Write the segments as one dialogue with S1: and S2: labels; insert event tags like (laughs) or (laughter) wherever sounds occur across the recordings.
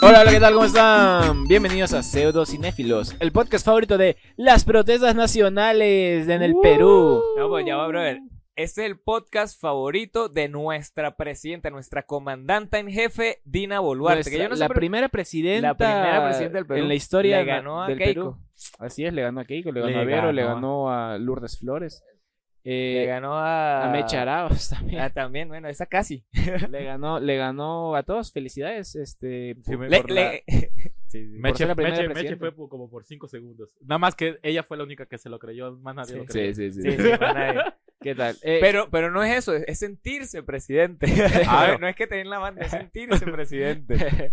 S1: Hola, hola, ¿qué tal? ¿Cómo están? Bienvenidos a Pseudo Cinéfilos, el podcast favorito de las protestas nacionales en
S2: Uh,
S1: el Perú.
S2: No, pues ya va, brother. Este es el podcast favorito de nuestra presidenta, nuestra comandante en jefe, Dina Boluarte.
S1: Nuestra-
S2: que yo no
S1: Pues,
S2: sé
S1: la
S2: por-
S1: primera presidenta
S2: La primera presidenta del Perú.
S1: en la historia
S2: Le ganó a
S1: del
S2: Keiko.
S1: Perú. Así es, le ganó a Keiko, le
S2: Le
S1: ganó a Vero, le
S2: ganó a-
S1: ganó a Lourdes Flores,
S2: le
S1: eh,
S2: ganó a...
S1: a Mecha Arauz (laughs)
S2: (laughs)
S1: también.
S2: Ah, también, bueno, esa casi.
S1: le ganó, le ganó a todos. Felicidades, este,
S3: Sí, me-
S2: Le-
S3: por la-
S2: le-
S3: sí, sí,
S1: por
S3: Meche,
S1: ser la primera
S3: Meche-
S1: presidenta.
S3: Meche fue por- como por 5 segundos. Nada más que ella fue la única que se lo creyó, más nadie lo creyó.
S1: Sí, sí, sí.
S2: Sí, sí, más nadie. (laughs)
S1: ¿Qué tal? Eh,
S2: Pero, pero no es eso, es, es sentirse
S3: (laughs)
S2: presidente.
S3: Claro.
S2: no es que tener la banda, es sentirse
S1: (laughs)
S2: presidente.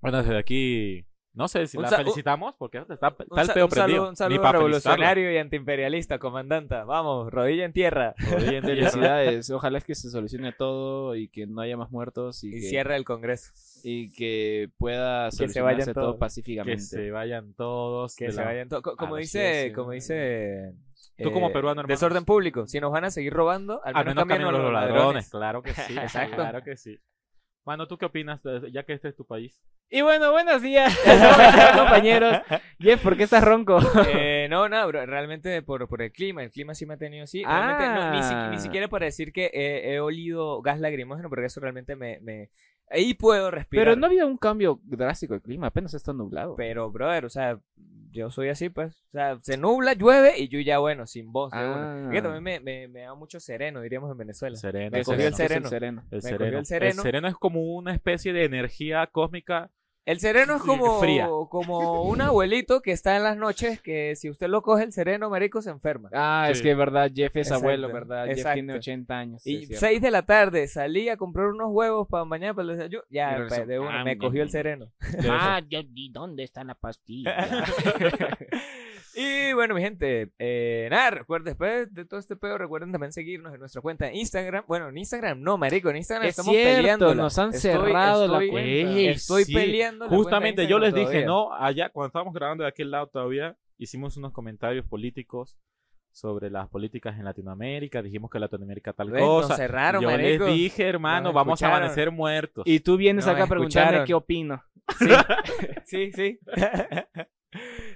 S3: Bueno, desde aquí, no sé si
S2: Un
S3: la
S2: sa-
S3: felicitamos porque está, está
S2: Un
S3: el
S2: sa-
S3: pedo
S2: un saludo,
S3: prendido.
S2: un
S3: Ni
S2: saludo
S3: para
S2: revolucionario y antiimperialista, comandanta. Vamos, rodilla en tierra. (laughs)
S1: Felicidades, ojalá es que se solucione todo y que no haya más muertos y,
S2: Y
S1: que,
S2: cierra el Congreso.
S1: y que pueda
S2: Que se
S1: solucionarse todo
S2: vayan todos.
S3: felicitarlo. Que
S1: pacíficamente.
S3: se vayan todos.
S2: Que
S3: de
S2: se
S3: la- Ah,
S2: vayan to- co-
S1: a
S2: Como
S1: la
S2: dice,
S1: ciudad,
S2: como
S1: sí.
S2: dice. eh,
S3: Tú como peruano, hermano. Ah,
S2: Desorden público. Si nos van a seguir robando, al
S3: Al
S2: menos,
S3: menos
S2: cámbianos
S3: cambian los,
S2: los
S3: ladrones.
S2: ladrones.
S3: Claro que
S2: (laughs)
S3: sí.
S2: Exacto.
S3: Claro que sí. Mano, ¿tú qué opinas? de- Ya que este es tu país.
S1: Y bueno, buenos días,
S2: (laughs)
S1: (laughs) compañeros. Jeff, ¿por qué estás ronco?
S2: Eh, no, no, bro, realmente por, por el clima, el clima sí me ha tenido así. Realmente no, ni, si-
S1: Ah.
S2: ni siquiera para decir que he, he olido gas lacrimógeno, porque eso realmente me... me- Ahí puedo respirar.
S1: Pero no ha habido un cambio drástico de clima, apenas está nublado.
S2: Pero, brother, o sea, yo soy así, pues. O sea, se nubla, llueve y yo ya, bueno, sin voz. de
S1: Ah.
S2: una. Es que también me, me, me da mucho sereno, diríamos en Venezuela.
S3: Sereno.
S2: Me
S1: Eso es,
S2: cogió el
S1: eso es
S2: sereno.
S3: El
S2: cogió el
S3: sereno.
S2: sereno.
S3: El sereno es como una especie de energía
S2: (laughs)
S3: cósmica.
S2: El sereno es
S3: Y
S2: como,
S3: fría.
S2: como un abuelito que está en las noches que si usted lo coge el sereno, marico, se enferma.
S1: Ah, es
S3: Sí.
S1: que es verdad, Jeff es
S2: Exacto,
S1: abuelo, ¿verdad? Jeff tiene
S2: exacto.
S1: 80 años. sí,
S2: Y
S1: es cierto.
S2: (laughs) 6 de la tarde salí a comprar unos huevos para mañana para el desayuno.
S1: Y
S2: Ya,
S1: regresó.
S2: pe- de una,
S1: Ah,
S2: me
S1: mira,
S2: cogió el
S1: mira.
S2: sereno. (laughs)
S3: de
S4: Ah, yo, ¿y dónde está la pastilla?
S2: Y bueno, mi gente, eh, nada, recuerden, después de todo este pedo, recuerden también seguirnos en nuestra cuenta de Instagram. Bueno, en Instagram no, marico, en Instagram
S1: Es
S2: estamos
S1: cierto,
S2: peleando.
S1: nos han cerrado la cuenta.
S3: Ey,
S2: Estoy
S3: sí.
S2: peleando. la cuenta de
S3: Justamente yo
S2: Instagram
S3: les dije,
S2: todavía.
S3: no, allá cuando estábamos grabando de aquel lado todavía, hicimos unos comentarios políticos sobre las políticas en Latinoamérica, dijimos que Latinoamérica tal
S2: Ven,
S3: cosa.
S2: Nos cerraron,
S3: yo
S2: marico.
S3: les dije, hermano,
S2: Nos
S3: vamos a
S2: escucharon.
S3: amanecer muertos.
S1: Y tú vienes
S2: No,
S1: acá a
S2: me
S1: preguntarme
S2: escucharon.
S1: qué opino.
S2: Sí, sí. (laughs)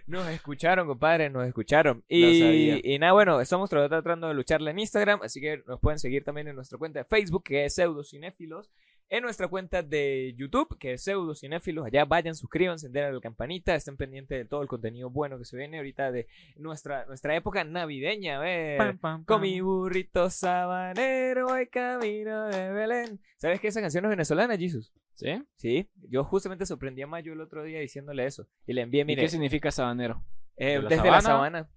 S2: Nos escucharon, compadre, nos escucharon.
S1: Lo sabía.
S2: Y, y nada, bueno, estamos tra- tratando de lucharla en Instagram, así que nos pueden seguir también en nuestra cuenta de Facebook, que es Pseudocinéfilos, en nuestra cuenta de YouTube, que es Pseudocinéfilos. Allá vayan, suscríbanse, den a la campanita, estén pendientes de todo el contenido bueno que se viene ahorita de nuestra, nuestra época navideña. A ver.
S1: eh,
S3: Pam, pam,
S2: Con
S3: pam.
S2: mi burrito sabanero voy camino de Belén. ¿Sabes que esa canción es venezolana, Jesus?
S1: ¿Sí?
S2: Sí, yo justamente sorprendí a Mayo el otro día diciéndole eso. Y le envié,
S1: ¿Y
S2: mire,
S1: qué significa sabanero?
S2: eh,
S3: ¿De la
S2: desde la
S3: sabana?
S2: sabana.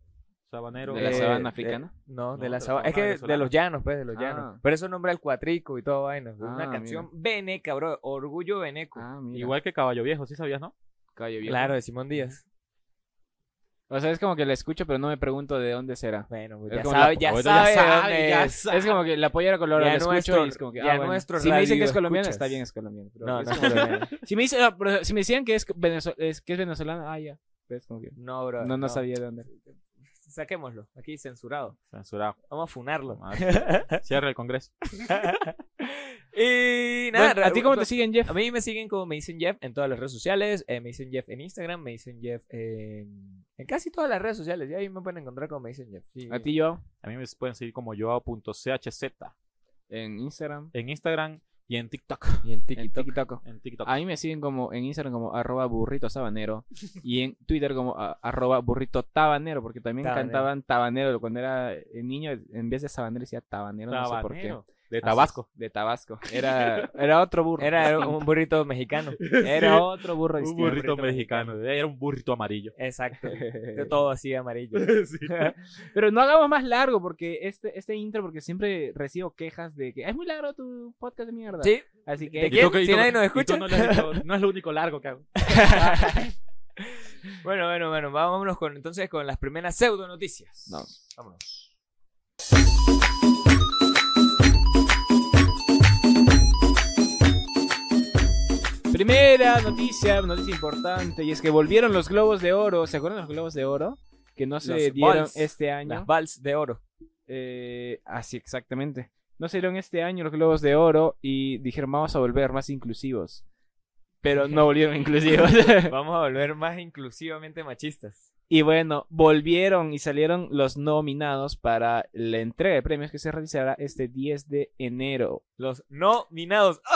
S3: Sabanero.
S1: ¿De la
S2: eh,
S1: sabana africana?
S2: No,
S3: No,
S2: de
S3: de
S2: la
S3: la
S2: sabana. Es
S3: sabana
S2: que de
S3: venezolana.
S2: los llanos, pues, de los llanos.
S1: Ah.
S2: Pero eso nombra el cuatrico y toda vaina. Es una
S1: Ah,
S2: canción veneca, bro. Orgullo veneco.
S1: Ah, mira.
S3: Igual que Caballo Viejo, ¿sí sabías, no?
S1: Caballo Viejo.
S2: claro, de Simón Díaz.
S1: O sea, es como que la escucho, pero no me pregunto de dónde será.
S2: Bueno, pues,
S1: Es
S2: ya
S1: como
S2: sabe,
S1: la-
S2: ya
S3: ahorita
S2: sabe,
S3: ya
S2: de
S3: sabe,
S2: dónde
S3: ya
S2: es.
S1: Es como que la pollera colorada
S2: Ya
S1: la escucho
S2: nuestro-
S1: y es como que, ah,
S2: ya
S1: bueno.
S2: nuestro
S1: Si me dicen que es
S2: radio
S1: colombiana,
S2: escuchas.
S1: está bien, es colombiana. pero
S2: No,
S1: es
S2: no,
S1: como que-
S2: no, (laughs)
S1: Si me, dice- ah, pero si me decían que es venezol- es, que es venezolana, ah, ya. Ves, como que
S2: no, bro.
S1: no, no, sabía de dónde.
S2: Saquémoslo. Aquí censurado.
S3: (laughs) Censurado.
S2: Vamos a funarlo.
S1: (laughs)
S3: Cierra el Congreso.
S2: y nada,
S1: Bueno, ¿A ti cómo
S2: re- pues,
S1: te siguen, Jeff?
S2: A mí me siguen como me dicen Jeff en todas las redes sociales. eh, me dicen Jeff en Instagram, me dicen Jeff en, en casi todas las redes sociales. Y ahí me pueden encontrar como me dicen Jeff. Sí.
S1: A ti yo,
S3: A mí me pueden seguir como yoao.chz
S1: en Instagram.
S3: en Instagram y en TikTok.
S2: Y en
S1: En
S2: TikTok.
S1: TikTok.
S3: En TikTok.
S1: A mí me siguen como en Instagram como arroba burrito
S3: (laughs)
S1: sabanero y en Twitter como a- arroba burrito tabanero porque también
S2: Tabanero.
S1: cantaban tabanero cuando era eh, niño en vez de sabanero decía tabanero, no sé por qué.
S3: Tabanero. De
S1: Así
S3: Tabasco.
S1: es, de
S3: (laughs)
S1: Tabasco. Era, era otro burro.
S2: Era un burrito mexicano.
S1: Era otro burro
S3: Un
S1: distinto. (laughs)
S3: burrito mexicano. Era un burrito amarillo.
S2: Exacto. De todo así amarillo.
S3: Sí.
S1: Pero no hagamos más largo porque este, este intro, porque siempre recibo quejas de que es muy largo tu podcast de mierda.
S2: Sí,
S1: Así que...
S2: ¿De quién? Si nadie nos
S3: y
S2: escucha.
S3: no, le has
S2: (laughs)
S3: dicho- no es lo único largo que hago.
S2: bueno, bueno, bueno. Vámonos con, entonces con las primeras pseudo noticias.
S1: No.
S2: Vámonos.
S1: Primera noticia, noticia importante, y es que volvieron los globos de oro. ¿Se acuerdan los globos de oro? Que no se
S2: Los
S1: dieron
S2: Balls.
S1: este año.
S2: Las Vals de Oro.
S1: Eh, así exactamente. No se dieron este año los globos de oro y dijeron vamos a volver más inclusivos. pero no
S2: (laughs)
S1: volvieron inclusivos.
S2: Vamos a volver más inclusivamente machistas.
S1: y bueno, volvieron y salieron los nominados para la entrega de premios que se realizará este 10 de enero.
S2: Los nominados. (laughs)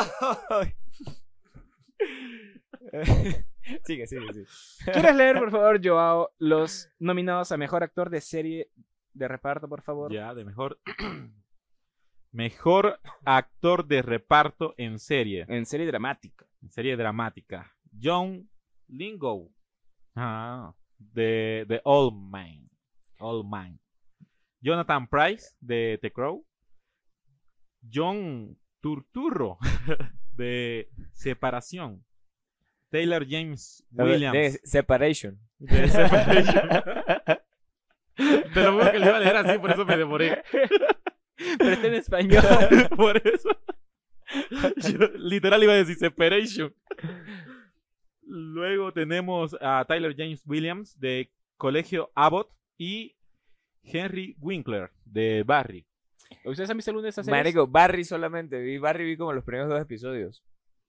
S2: sigue, sigue, sigue.
S1: ¿Quieres leer, por favor, Joao, los nominados a mejor actor de serie de reparto, por favor?
S3: Ya, de mejor. (clears throat) mejor actor de reparto en serie.
S1: En serie dramática.
S3: En serie dramática. John Lingo. Ah, de, de All Man. All Man. Jonathan Price, de The Crow. John Turturro, (laughs) de Separación. Taylor James Williams.
S2: De Separation. (laughs)
S3: de Separation. (laughs) Te lo juro que le iba a leer así, por eso me demoré.
S1: Pero está en español.
S3: por eso. Yo (laughs) literal iba a decir Separation. Luego tenemos a Tyler James Williams de Colegio Abbott y Henry Winkler de Barry.
S1: ¿Ustedes han visto alguna de esas series?
S2: Marico, Barry solamente. Vi Barry vi como los primeros dos episodios.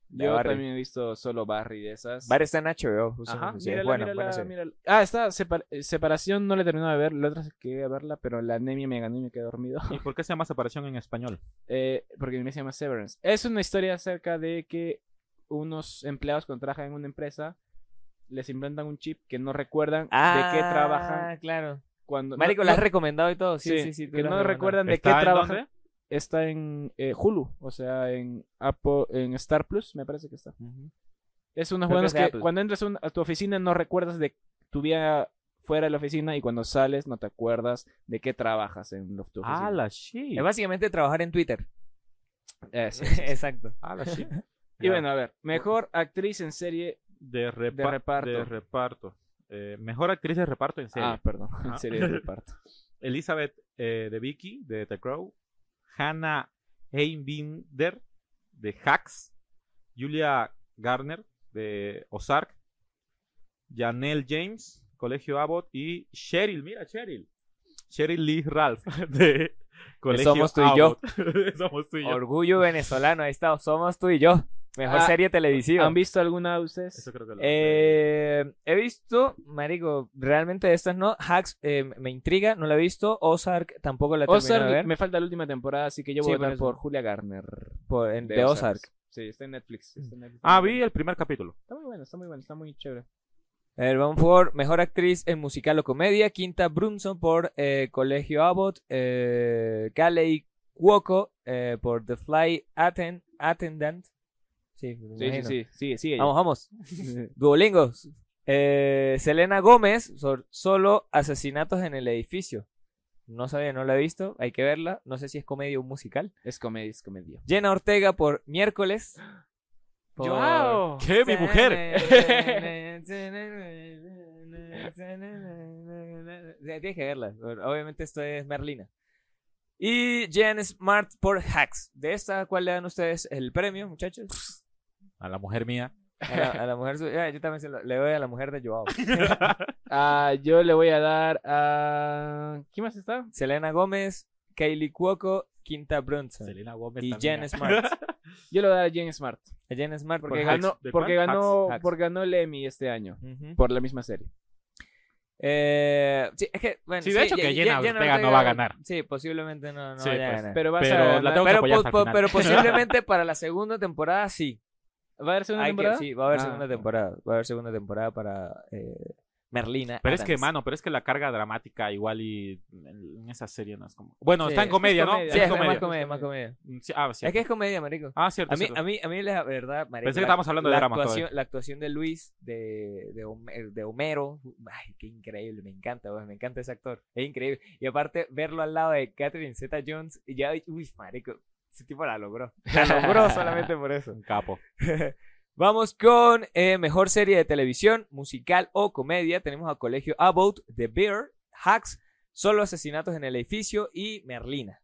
S2: de
S1: Yo
S2: Barry.
S1: también he visto solo Barry de esas.
S2: Barry está en HBO. justo,
S1: Ajá,
S2: pues, sí, es
S1: mírala,
S2: buena,
S1: mírala,
S2: buena serie.
S1: mírala. Ah, está separ- eh, separación, no la terminó de ver, la otra quería verla, pero la anemia me ganó y me quedé dormido. (laughs)
S3: ¿Y por qué se llama separación en español?
S1: Eh, porque me se llama Severance. Es una historia acerca de que unos empleados cuando trabajan en una empresa les implantan un chip que no recuerdan de qué
S2: Ah,
S1: trabajan
S2: claro.
S1: cuando no-
S2: Marico,
S1: no-
S2: la has recomendado y todo. Sí,
S1: sí,
S2: sí, sí. tú
S1: que
S2: la has
S1: no
S2: recomendado.
S1: recuerdan de qué
S3: ¿Está en
S1: trabajan.
S3: dónde?
S1: Está en eh, Hulu, o sea, en Apple, en Star Plus, me parece que está. Es unos
S2: Creo que
S1: buenos
S2: es de
S1: que,
S2: Apple.
S1: cuando entras a un- a tu oficina no recuerdas de tu vida fuera de la oficina y cuando sales no te acuerdas de qué trabajas en lo- tu oficina.
S3: Ah, la shit.
S2: Es básicamente trabajar
S1: (laughs)
S2: en Twitter. (laughs)
S1: Eso.
S2: Exacto.
S3: Ah, la shit.
S1: (laughs) Y bueno, a ver, mejor actriz en serie.
S3: de, repa-
S1: de reparto.
S3: de reparto. Eh, mejor actriz de reparto en serie.
S1: Ah, perdón,
S3: Ajá.
S1: en serie de
S2: (laughs)
S1: reparto.
S3: Elizabeth eh, de Vicky de The Crow, Hannah Heinbinder de Hacks, Julia Garner de Ozark, Janelle James, Colegio Abbott y Cheryl, mira Cheryl, Cheryl Lee Ralph (laughs) de Colegio
S2: Somos tú y yo.
S3: Abbott. (laughs) Somos tú y yo.
S2: Orgullo venezolano. Ahí está. Somos tú y yo. Mejor
S1: Ah,
S2: serie televisiva.
S1: ¿Han visto alguna de ustedes?
S3: Eso creo que lo-
S2: Eh, he visto, marico, realmente de estas no. Hacks eh, me intriga, no la he visto. Ozark tampoco la he terminado de
S1: Ozark,
S2: ver.
S1: me falta la última temporada, así que yo
S2: Sí,
S1: voy a
S2: por
S1: votar
S2: eso.
S1: por Julia Garner.
S2: Por- en- de Ozark. Mm.
S1: Sí, está en Netflix. está en Netflix.
S3: Ah, vi el primer capítulo.
S1: Está muy bueno, está muy bueno, está muy chévere.
S2: A ver, vamos por mejor actriz en musical o comedia. Quinta Brunson por eh, Colegio Abbott. Eh, Kaley Cuoco eh, por The Fly Atten- Attendant. Sí, me
S1: Sí, sí,
S2: imagino.
S1: sí, sí, sí.
S2: Vamos, vamos. Duolingos. Eh, Selena Gómez, so- solo asesinatos en el edificio. No sabía, no la he visto, hay que verla. No sé si es comedia o un musical.
S1: (laughs) Es comedia, es comedia.
S2: Jenna Ortega por miércoles.
S1: ¡Joao!
S3: ¿Qué, mi mujer?
S2: (laughs) Tienes que verla. Obviamente esto es Merlina. Y Jen Smart por Hacks. ¿De esta cuál le dan ustedes el premio, muchachos?
S3: A la mujer mía.
S2: A la, a la mujer su- ah, Yo también se lo- le doy a la mujer de
S3: (laughs)
S2: Joao.
S1: Ah, yo le voy a dar a. ¿Quién más está?
S2: Selena Gómez, Kaylee Cuoco, Quinta Brunson
S3: Selena Gómez
S2: y
S3: también. (laughs)
S2: Jen Smart.
S1: Yo le voy a dar a Jane Smart.
S2: A Jen Smart
S1: Porque
S2: por
S3: Hacks.
S1: ganó,
S3: ¿De cuál?
S1: porque ganó,
S2: Hacks.
S1: porque ganó el Emmy este año.
S2: Ujú.
S1: Por la misma serie.
S2: Eh, sí, es que, bueno,
S3: Sí, de hecho que
S2: Ye-
S3: Jenna
S2: Ye-
S3: Ortega no va a ganar.
S2: Sí, posiblemente no, no
S3: Sí,
S2: vaya
S3: pues,
S2: a ganar. Pero,
S1: Pero va a
S3: Pero
S1: ser.
S3: la tengo- que
S2: pero,
S3: apoyar
S2: po-
S3: hasta el
S2: po-
S3: final.
S2: pero
S3: (laughs)
S2: posiblemente para la segunda temporada sí.
S1: ¿Va a haber segunda
S2: Hay que-
S1: temporada?
S2: sí, va a haber
S1: Ah.
S2: segunda temporada. Va a haber segunda temporada para eh, Merlina.
S3: Pero es que,
S2: Adams.
S3: mano, pero es que la carga dramática igual y en esa serie no es como... Bueno,
S2: Sí,
S3: está en
S2: es
S3: comedia, ¿no?
S1: comedia.
S2: Sí,
S3: Está
S2: es
S3: en
S2: más
S3: comedia.
S2: comedia, más comedia.
S3: Mm, sí, ah, sí.
S2: Es que es comedia, marico.
S3: Ah, cierto,
S2: A mí,
S3: cierto.
S2: a mí, a mí la verdad, marico,
S3: Pensé que
S2: la-
S3: estábamos hablando de
S2: la
S3: drama
S2: actuación, la actuación de Luis, de, de, Homer- de Homero, ay, qué increíble, me encanta, weón, me encanta ese actor, es increíble. Y aparte, verlo al lado de Catherine Zeta-Jones, y ya, uy, marico, ese tipo la logró, la logró solamente por eso. (laughs)
S3: Un capo.
S2: Vamos con eh, mejor serie de televisión, musical o comedia. Tenemos a Colegio Abbott, The Bear, Hacks, Solo Asesinatos en el Edificio y Merlina.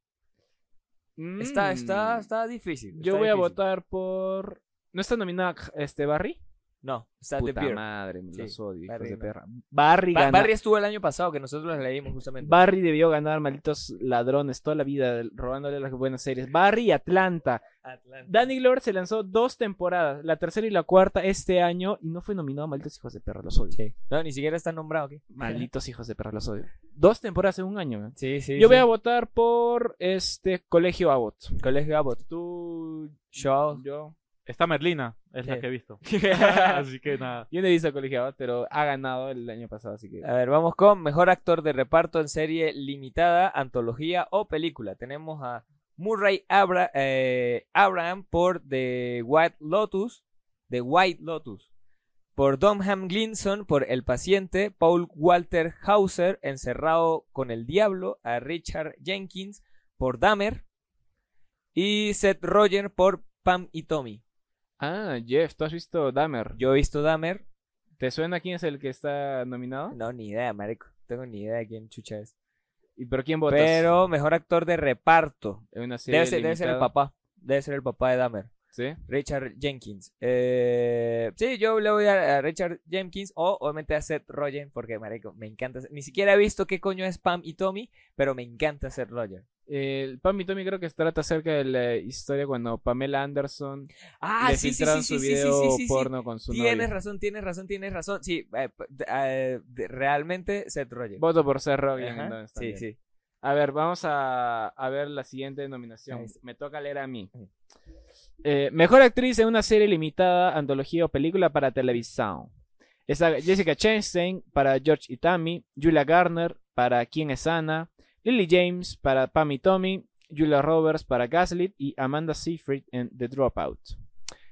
S1: Mm.
S2: Está, está, está difícil.
S1: Yo
S2: está
S1: voy a
S2: difícil.
S1: votar por. ¿No está nominada este Barry?
S2: No, Sad the
S1: Puta
S2: Beer.
S1: madre, me
S2: Sí,
S1: los odio, hijos
S2: Barry
S1: de
S2: no.
S1: perra. Barry,
S2: Ba-
S1: gana-
S2: Barry estuvo el año pasado que nosotros las leímos justamente.
S1: Barry debió ganar, malditos ladrones, toda la vida robándole las buenas series. Barry y Atlanta.
S2: Atlanta.
S1: Danny Glover se lanzó dos temporadas, la tercera y la cuarta este año, y no fue nominado a Malditos Hijos de Perra, los odio.
S2: Sí. No, ni siquiera está nombrado aquí.
S1: Malditos Hijos de Perra, los odio. Dos temporadas en un año. man.
S2: Sí, sí.
S1: Yo
S2: sí.
S1: voy a votar por este Colegio (laughs) Abbott.
S2: Colegio Abbott.
S1: Tú,
S2: Shaw.
S1: yo.
S3: Está Merlina, es la
S2: Sí.
S3: que he
S2: (laughs)
S3: visto.
S1: yo
S3: Así que nada.
S1: no he visto Colegio Abbott, pero ha ganado el año pasado, así que.
S2: A ver, vamos con mejor actor de reparto en serie limitada, antología o película. Tenemos a Murray Abra- eh, Abraham por The White Lotus, The White Lotus. Por Domham Glinson por El paciente, Paul Walter Hauser Encerrado con el diablo, a Richard Jenkins por Dahmer y Seth Rogen por Pam y Tommy.
S1: Ah, Jeff, ¿tú has visto Dahmer?
S2: Yo he visto Dahmer,
S1: ¿Te suena quién es el que está nominado?
S2: no ni idea, marico. Tengo ni idea de quién chucha es.
S1: ¿Y por quién votas?
S2: Pero mejor actor de reparto.
S1: En una serie
S2: Debe ser, debe ser el
S1: limitada,
S2: papá. Debe ser el papá de Dahmer.
S1: ¿sí?
S2: Richard Jenkins. Eh, sí, yo le voy a, a Richard Jenkins o obviamente a Seth Rogen porque, marico, me encanta. Ni siquiera he visto qué coño es Pam y Tommy, pero me encanta Seth Rogen.
S1: El Pam y Tommy creo que se trata acerca de la historia cuando Pamela Anderson
S2: Ah,
S1: le
S2: sí, sí, sí,
S1: filtraron
S2: sí,
S1: su
S2: sí, sí,
S1: video
S2: sí, sí, sí.
S1: porno con su
S2: Tienes
S1: novio.
S2: razón, tienes razón, tienes razón. Sí, eh, p- d- eh, de- realmente Seth Rogen.
S1: Voto por ser Rogan.
S2: Ajá,
S1: entonces,
S2: Sí,
S1: también.
S2: sí.
S1: A ver, vamos a, a ver la siguiente nominación.
S2: Ahí está.
S1: Me toca leer a mí.
S2: Ujú.
S1: Eh, mejor actriz en una serie limitada, antología o película para televisión. Está Jessica Chastain para George y Tammy, Julia Garner para Quién es Ana, Lily James para Pam y Tommy, Julia Roberts para Gaslit y Amanda Seyfried en The Dropout.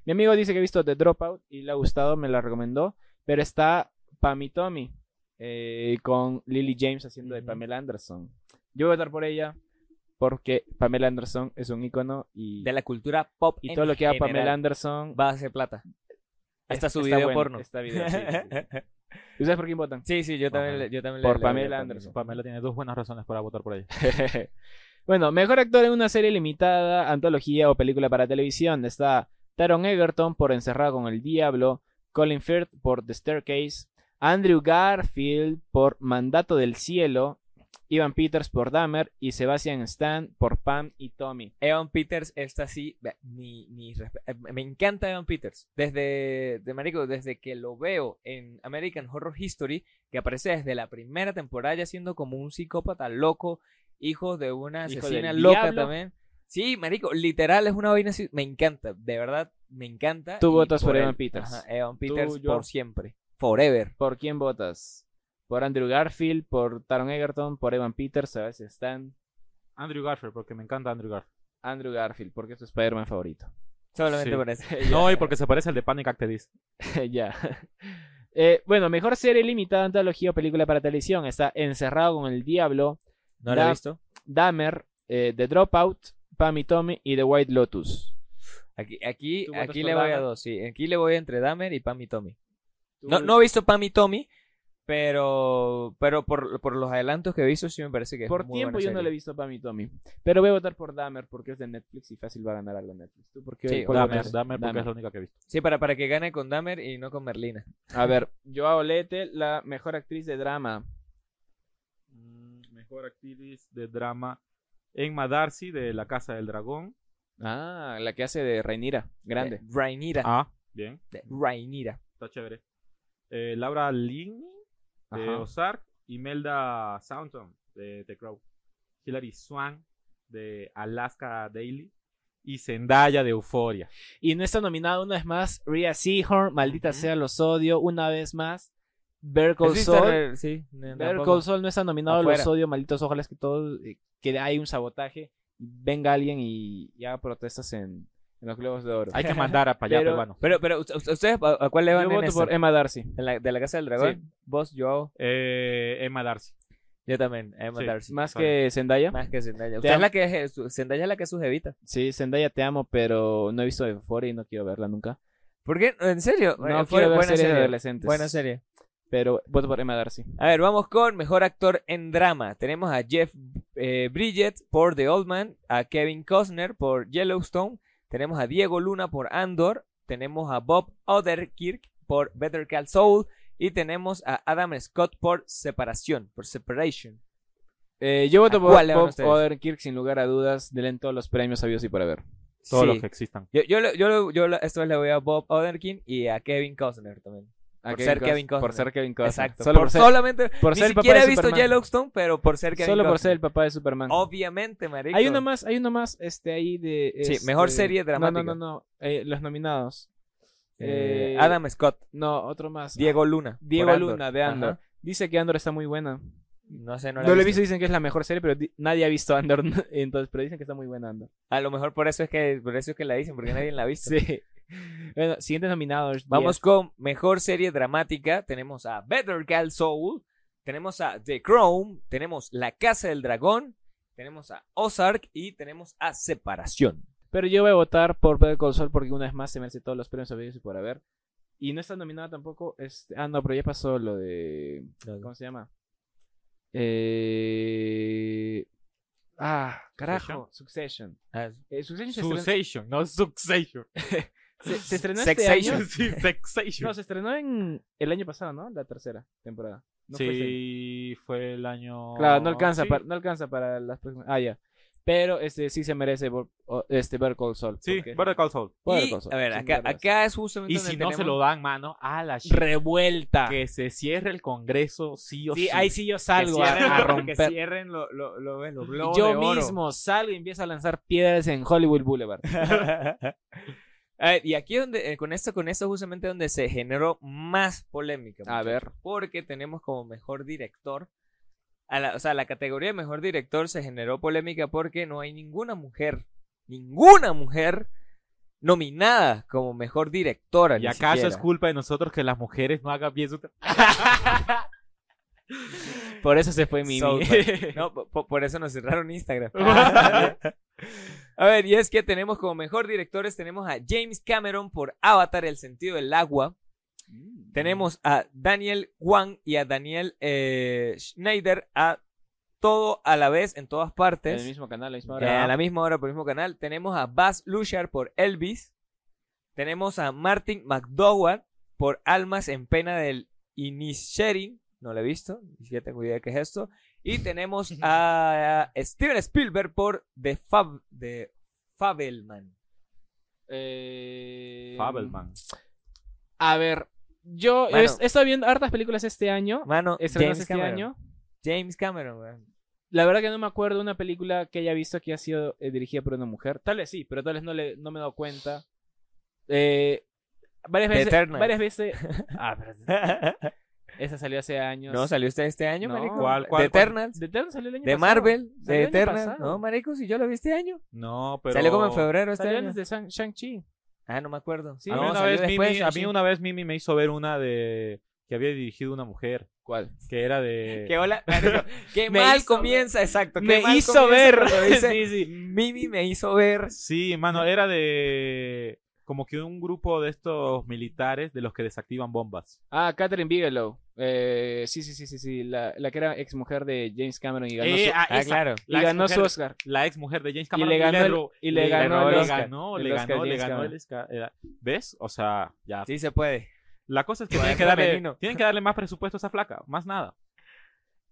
S1: Mi amigo dice que ha visto The Dropout y le ha gustado, me la recomendó, pero está Pam y Tommy eh, con Lily James haciendo de
S2: Ujú.
S1: Pamela Anderson. Yo voy a votar por ella porque Pamela Anderson es un ícono y,
S2: De la cultura pop
S1: y
S2: en
S1: todo lo que haga Pamela
S2: general
S1: Anderson
S2: va a ser plata. Hasta
S1: es-
S2: su
S1: está
S2: video
S1: bueno,
S2: porno.
S1: está video, sí, sí, sí.
S2: (laughs)
S1: ¿Y ustedes por quién votan? (laughs)
S2: Sí, sí, yo también, le- yo también le-
S1: Por
S2: le- le-
S1: Pamela
S2: le-
S1: Anderson.
S3: Pamela tiene dos buenas razones para votar por ella.
S1: bueno, mejor actor en una serie limitada, antología o película para televisión. Está Taron Egerton por Encerrado con el Diablo, Colin Firth por The Staircase, Andrew Garfield por Mandato del Cielo, Ivan Peters por Dahmer y Sebastian Stan por Pam y Tommy.
S2: Evan Peters, esta sí, ve- mi, mi respe- eh, me encanta Evan Peters. Desde, de marico, desde que lo veo en American Horror History, que aparece desde la primera temporada ya siendo como un psicópata loco, hijo de una
S1: Hijo
S2: asesina
S1: del
S2: loca
S1: diablo.
S2: también. Sí, marico, literal es una vaina así, me encanta, de verdad, me encanta.
S1: Tú
S2: y
S1: votas por
S2: él.
S1: Evan Peters.
S2: Ajá, Evan
S1: Tú,
S2: Peters
S1: yo.
S2: por siempre, forever.
S1: ¿Por quién votas? ¿Por Andrew Garfield? ¿Por Taron Egerton? ¿Por Evan Peters? Sebastian Stan?
S3: Andrew Garfield, porque me encanta Andrew Garfield.
S1: Andrew Garfield, porque es tu Spider-Man favorito. (laughs)
S2: Solamente
S3: Sí.
S2: por eso.
S3: No, y porque se parece al de Panic At the Disco.
S1: ya. (laughs) Eh, bueno, mejor serie limitada, antología o película para televisión. Está Encerrado con el Diablo,
S2: No lo he
S1: Da-
S2: visto.
S1: Dahmer, eh, The Dropout, Pam y Tommy y The White Lotus.
S2: Aquí, aquí,
S3: ¿Tú votas
S2: aquí
S3: por
S2: le voy a
S3: Dahmer?
S2: dos, sí. Aquí le voy entre Dahmer y Pam y Tommy.
S1: Tú-
S2: No, no he visto Pam y Tommy, pero, pero por, por los adelantos que he visto, sí me parece que es
S1: Por
S2: muy
S1: tiempo
S2: buena
S1: yo no
S2: serie.
S1: le he visto a Pam y Tommy. Pero voy a votar por Dahmer porque es de Netflix y fácil va a ganar algo Netflix. ¿Tú por qué?
S2: Sí,
S1: por
S3: Dahmer,
S1: votas?
S3: Dahmer, porque
S1: Dahmer.
S3: es la única que he visto.
S2: Sí, para, para que gane con Dahmer y no con Merlina.
S1: A ver, Joao Lete, la mejor actriz de drama.
S3: Mm, Mejor actriz de drama. Emma Darcy de La Casa del Dragón.
S1: Ah, la que hace de Reinira, grande.
S2: De Rhaenyra.
S3: Ah, bien,
S2: De Rhaenyra.
S3: está chévere. Eh, Laura Linney de
S1: Ajá.
S3: Ozark. Imelda Saunton de The Crow. Hilary Swan de Alaska Daily. Y Zendaya de Euforia.
S1: Y no está nominada una vez más Rhea Seahorn, maldita
S2: Ujú.
S1: sea los odio, una vez más. Better Call
S2: Sí, está
S1: Saul.
S2: re- sí, no,
S1: Better
S2: tampoco.
S1: Call Saul no está nominado,
S2: Afuera.
S1: los odio, malditos, ojalá es que todo, eh, que hay un sabotaje, venga alguien y, y haga protestas en, en los Globos de Oro.
S3: Hay
S1: (laughs)
S3: que mandar a para allá,
S1: Pero-
S3: peruano.
S2: pues, Pero, pero, ¿ust- ust- ¿ustedes a, a cuál le van
S1: Yo
S2: en
S1: voto
S2: esa?
S1: por Emma Darcy.
S2: En la- ¿De la Casa del Dragón? ¿Vos, Joao?
S3: Eh, Emma Darcy.
S2: Yo también, Emma
S3: Sí.
S2: Darcy.
S1: Más
S3: Sorry.
S1: que Zendaya.
S2: Más que Zendaya. Usted es
S1: am-
S2: la que es, su- Zendaya es la que es su jevita.
S1: Sí, Zendaya te amo, pero no he visto Euphoria y no quiero verla nunca.
S2: ¿Por qué? ¿En serio?
S1: No
S2: Bueno, fue
S1: quiero ver
S2: buena
S1: series de
S2: serie.
S1: adolescentes.
S2: Buena serie.
S1: Pero voto por Emma Darcy.
S2: A ver, vamos con mejor actor en drama. Tenemos a Jeff eh, Bridget por The Old Man, a Kevin Costner por Yellowstone, tenemos a Diego Luna por Andor, tenemos a Bob Odenkirk por Better Call Saul. Y tenemos a Adam Scott por Separación, por Separation.
S1: Eh, yo voto
S2: ¿A
S1: por
S2: cuál le van
S1: Bob
S2: ustedes?
S1: Odenkirk, sin lugar a dudas. Denle todos los premios habidos y por haber.
S3: Todos
S2: Sí.
S3: los que existan.
S2: Yo, yo, le- yo, le- yo le- esta vez le voy a Bob Odenkirk y a Kevin Costner también.
S1: A
S2: Por ser Kevin Costner.
S1: Por ser Kevin Costner.
S2: Exacto.
S1: Solo por,
S2: por
S1: ser,
S2: solamente.
S1: por
S2: ni
S1: ser el papá
S2: siquiera
S1: de
S2: he visto
S1: Superman.
S2: Yellowstone, pero por ser Kevin
S1: Solo por
S2: Costner. Oh,
S1: ser el papá de Superman.
S2: Obviamente, marico.
S1: Hay uno más, hay uno más, este, ahí de...
S2: Sí,
S1: este,
S2: mejor serie
S1: no,
S2: dramática.
S1: No, no, no, eh, los nominados.
S2: Eh,
S1: Eh,
S2: Adam Scott,
S1: No, otro más.
S2: Diego Luna. por
S1: Diego
S2: Andor.
S1: Luna, de
S2: Ajá.
S1: Andor. Dice que Andor está muy buena.
S2: No sé, no
S1: No,
S2: la
S1: lo he visto, dicen que es la mejor serie, pero di- nadie ha visto Andor, (laughs) entonces, pero dicen que está muy buena Andor.
S2: A lo mejor por eso es que por eso es que la dicen, porque nadie la ha visto.
S1: Sí. (laughs) Bueno, siguientes nominados.
S2: Vamos
S1: diez.
S2: con mejor serie dramática. Tenemos a Better Call Saul, tenemos a The Crown, tenemos La Casa del Dragón, tenemos a Ozark y tenemos a Separación.
S1: Pero yo voy a votar por Pedro Consol porque una vez más se merece todos los premios habidos y por haber. Y no está nominada tampoco. Este... Ah, no, pero ya pasó lo de. ¿Cómo se llama? Eh... Ah, carajo. Succession.
S2: Ah,
S1: Eh, Succession se, estrenó...
S3: Succession,
S1: (laughs)
S3: no Succession.
S1: se- se estrenó este
S2: Succession.
S1: año.
S3: Sí, Succession.
S1: No, se estrenó en el año pasado, ¿no? La tercera temporada. No fue este año.
S3: sí, fue el año.
S1: Claro, no alcanza,
S3: sí.
S1: para, no alcanza para las próximas. Ah, ya. Pero este sí se merece por- o- este Better Call Saul.
S3: Sí,
S1: porque-
S3: Better Call Saul.
S1: Better
S2: y,
S1: Call Saul,
S2: a ver,
S1: sin
S2: acá,
S1: dudas.
S2: acá es justamente
S3: Y
S2: donde
S3: si no se
S2: tenemos
S3: lo dan, mano, a la shit.
S1: revuelta.
S3: Que se cierre el Congreso, sí o sí.
S1: Sí, ahí sí yo salgo
S2: que
S1: a,
S2: cierren,
S1: a
S2: lo- que
S1: romper.
S2: cierren lo- lo- lo- los
S1: Y
S2: globos de
S1: Yo
S2: oro.
S1: mismo salgo y empiezo a lanzar piedras en Hollywood Boulevard.
S3: (laughs)
S2: A ver, y aquí donde, eh, con esto, con esto justamente donde se generó más polémica.
S1: A
S2: (laughs) muchachos,
S1: ver.
S2: Porque tenemos como mejor director. a la- o sea, la categoría de mejor director se generó polémica porque no hay ninguna mujer, ninguna mujer nominada como mejor directora.
S3: ¿Y
S2: ni
S3: acaso
S2: siquiera.
S3: es culpa de nosotros que las mujeres no hagan bien su tra-
S1: Por eso se fue mi (laughs)
S3: (laughs)
S2: South Park. (laughs) No, po- po- por, eso nos cerraron Instagram.
S1: Ah.
S3: (laughs)
S2: a ver, y es que tenemos como mejor directores, tenemos a James Cameron por Avatar, El sentido del agua. Tenemos a Daniel Wang y a Daniel eh, Schneider a todo a la vez, en todas
S1: En el
S2: partes.
S1: mismo canal, la misma
S2: Eh,
S1: hora.
S2: a la misma hora, por el mismo canal. Tenemos a Baz Luhrmann por Elvis. Tenemos a Martin McDowell por Almas en Pena del Inisherin. No lo he visto, ni siquiera tengo idea de qué es esto. Y tenemos a Steven Spielberg por The Fab de Fabelman.
S1: Eh,
S3: Fabelman.
S1: A ver, yo
S2: Bueno.
S1: es- he estado viendo hartas películas este año.
S2: Mano,
S1: Estrenadas
S2: James
S1: este
S2: Cameron.
S1: año.
S2: James Cameron, weón.
S1: La verdad que no me acuerdo una película que haya visto que ha sido eh, dirigida por una mujer. Tal vez sí, pero tal vez no, le, no me he dado cuenta. Eh, varias
S2: The
S1: veces.
S2: Eternals.
S1: Varias veces. Ah, pero esa salió hace años.
S2: ¿No salió usted este año,
S1: No.
S2: marico?
S3: ¿Cuál, cuál,
S2: de
S3: cuál?
S2: Eternals.
S1: The Eternals salió el año
S2: De
S1: pasado.
S2: Marvel,
S1: Salió
S2: de
S1: el año
S2: Eternals.
S1: pasado.
S2: No, marico, si yo lo vi este año.
S3: (laughs) No, pero.
S2: Salió como en febrero este
S1: Salió
S2: año.
S1: antes de Shang- Shang-Chi.
S2: Ah, no me acuerdo.
S1: Sí,
S3: A mí,
S2: Ah,
S1: No,
S2: no,
S3: una
S2: salió
S3: vez,
S2: después,
S3: Mimi, a mí
S2: sí.
S3: una vez Mimi me hizo ver una de. que había dirigido una mujer.
S1: ¿Cuál?
S3: Que era
S2: (laughs)
S3: de.
S1: (laughs)
S2: Que hola, marico, qué
S1: Me
S2: mal
S1: hizo
S2: comienza, exacto. qué
S1: Me
S2: mal
S1: hizo
S2: comienza
S1: ver. (laughs)
S2: cuando dice,
S1: Sí, sí.
S2: Mimi me hizo ver.
S3: Sí, mano, era de. Como que un grupo de estos militares de los que desactivan bombas.
S1: Ah, Catherine Bigelow. Eh, sí, sí, sí, sí, sí. La, la que era ex mujer de James Cameron y ganó,
S3: Eh,
S1: su,
S3: ah,
S2: Ah,
S3: esa,
S2: claro.
S1: y
S3: la ex
S1: ganó su
S3: mujer-
S1: Oscar.
S3: La ex mujer de James Cameron.
S1: le ganó el-
S3: ro-
S1: y le ganó
S3: ro-
S1: el
S3: le
S1: Oscar.
S3: ganó,
S1: El
S3: le
S1: Oscar
S3: ganó, le
S1: James
S3: ganó el
S1: Cameron.
S3: Oscar. Era- ¿Ves? O sea, ya.
S2: Sí se puede.
S3: La cosa es que
S2: Joder,
S3: tienen que, darle, (laughs)
S2: femenino.
S3: tienen que darle más presupuesto a esa flaca, más nada.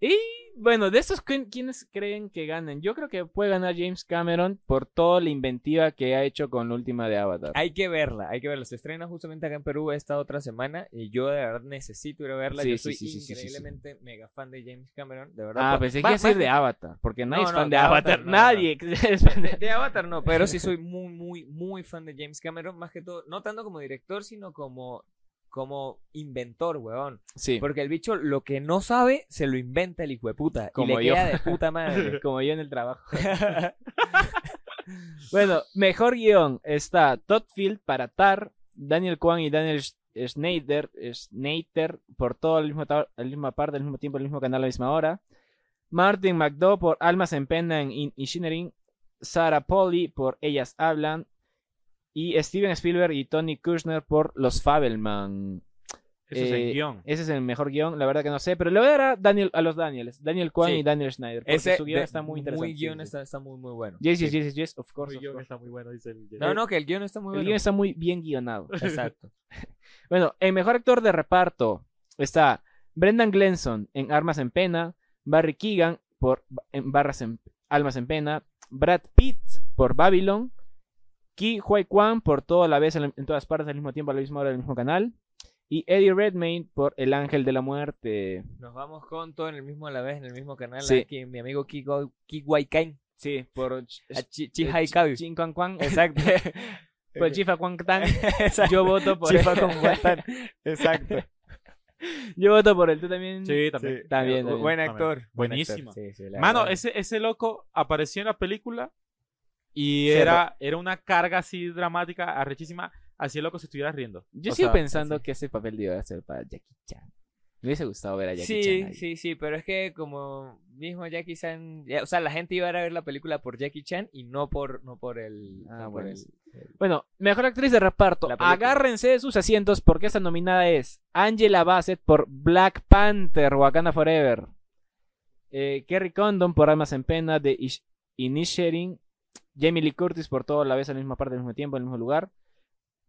S1: Y bueno, de estos, ¿quién- ¿quiénes creen que ganen? Yo creo que puede ganar James Cameron por toda la inventiva que ha hecho con la última de Avatar.
S2: Hay que verla, hay que verla. Se estrena justamente acá en Perú esta otra semana y yo de verdad necesito ir a verla.
S1: Sí,
S2: yo
S1: sí,
S2: soy
S1: sí, sí, sí, sí, sí.
S2: increíblemente mega fan de James Cameron, de verdad.
S1: Ah,
S2: Por-
S1: pensé que
S2: Va-
S1: iba a ser de
S2: más-
S1: Avatar, porque nadie
S2: No,
S1: es
S2: no,
S1: fan de
S2: de
S1: Avatar.
S2: Avatar no,
S1: nadie (laughs) es fan de...
S2: de Avatar no,
S1: (laughs)
S2: pero sí soy muy, muy, muy fan de James Cameron, más que todo, no tanto como director, sino como, como inventor, weón.
S1: Sí,
S2: Porque el bicho lo que no sabe, se lo inventa el hijo de puta. y
S1: Como
S2: le
S1: yo.
S2: queda de puta
S1: (laughs)
S2: madre.
S1: como yo en el trabajo.
S2: (laughs)
S1: Bueno, mejor guión está Todd Field para Tar, Daniel Kwan y Daniel Sch- Schneider, Schneider por todo el mismo, ta- la misma parte, al mismo tiempo, al mismo canal, a la misma hora. Martin McDow por Almas en Pena en In- Engineering. Sarah Polly por Ellas Hablan. Y Steven Spielberg y Tony Kushner por Los Fabelman.
S3: Eso es el
S1: Eh,
S3: guión.
S1: Ese es el mejor guión, la verdad que no sé, pero le voy a dar a, Daniel, a los Daniels, Daniel Kwan
S2: Sí.
S1: y Daniel Schneider, porque
S2: Ese
S1: su guión
S2: de-
S1: está muy interesante.
S2: Muy
S1: Sí,
S2: guión
S1: sí, sí.
S2: Está, está muy, muy bueno.
S1: Yes, yes,
S2: Sí.
S1: yes, yes, yes, of course.
S3: El
S1: of
S3: guión
S1: course.
S3: está muy bueno, dice el...
S2: No, no, que el guión está muy
S1: El
S2: bueno.
S1: guión está muy bien guionado.
S2: Exacto.
S1: Bueno, el mejor actor de reparto está Brendan Glenson en Armas en Pena, Barry Keegan por Ba- en Barras en, Almas en Pena, Brad Pitt por Babylon, Ki Huay Kwan por Todo a la vez, en, la- en todas partes al mismo tiempo, a la misma hora, del mismo canal, y Eddie Redmayne por El Ángel de la Muerte.
S2: Nos vamos con todo en el mismo a la vez, en el mismo canal.
S1: Sí.
S2: Aquí, mi amigo Kiko, Kiwai Kain.
S1: Sí, por Ch-
S2: a Chi-
S1: eh,
S2: Chihai
S1: Chi-
S2: Kabi.
S1: Chin Kwan Kwan,
S2: (laughs) Exacto.
S1: (laughs) por Chifa Kwan Tan.
S2: (laughs) Exacto.
S1: Yo voto por
S2: Chifa
S1: él.
S2: con Guantán. Exacto.
S1: (laughs) Yo voto por él, tú también.
S3: (laughs) Sí, también.
S2: Sí.
S1: También,
S2: Bu-
S1: también,
S2: Buen
S3: también.
S2: actor. buen actor.
S3: Buenísimo.
S2: Sí, sí, la
S3: Mano,
S2: verdad.
S3: ese, ese loco apareció en la película y
S2: Cero.
S3: era, era una carga así dramática, arrechísima, así el loco se estuviera riendo.
S1: Yo
S3: O
S1: sigo
S3: sea,
S1: pensando
S2: así.
S1: que ese papel debió hacer para Jackie Chan. Me hubiese gustado ver a Jackie
S2: Sí,
S1: Chan. ahí.
S2: sí, sí, pero es que como mismo Jackie Chan, ya- o sea, la gente iba a ir a ver la película por Jackie Chan y no por no por el
S1: Ah,
S2: no por
S1: bueno.
S2: el-
S1: Bueno, mejor actriz de reparto.
S2: La película.
S1: Agárrense de sus asientos porque esta nominada es Angela Bassett por Black Panther, Wakanda Forever. Eh, Kerry Condon por Almas en Pena de Ish- Inisherin. Jamie Lee Curtis por todo a la vez, en la misma parte, al mismo tiempo, en el mismo lugar.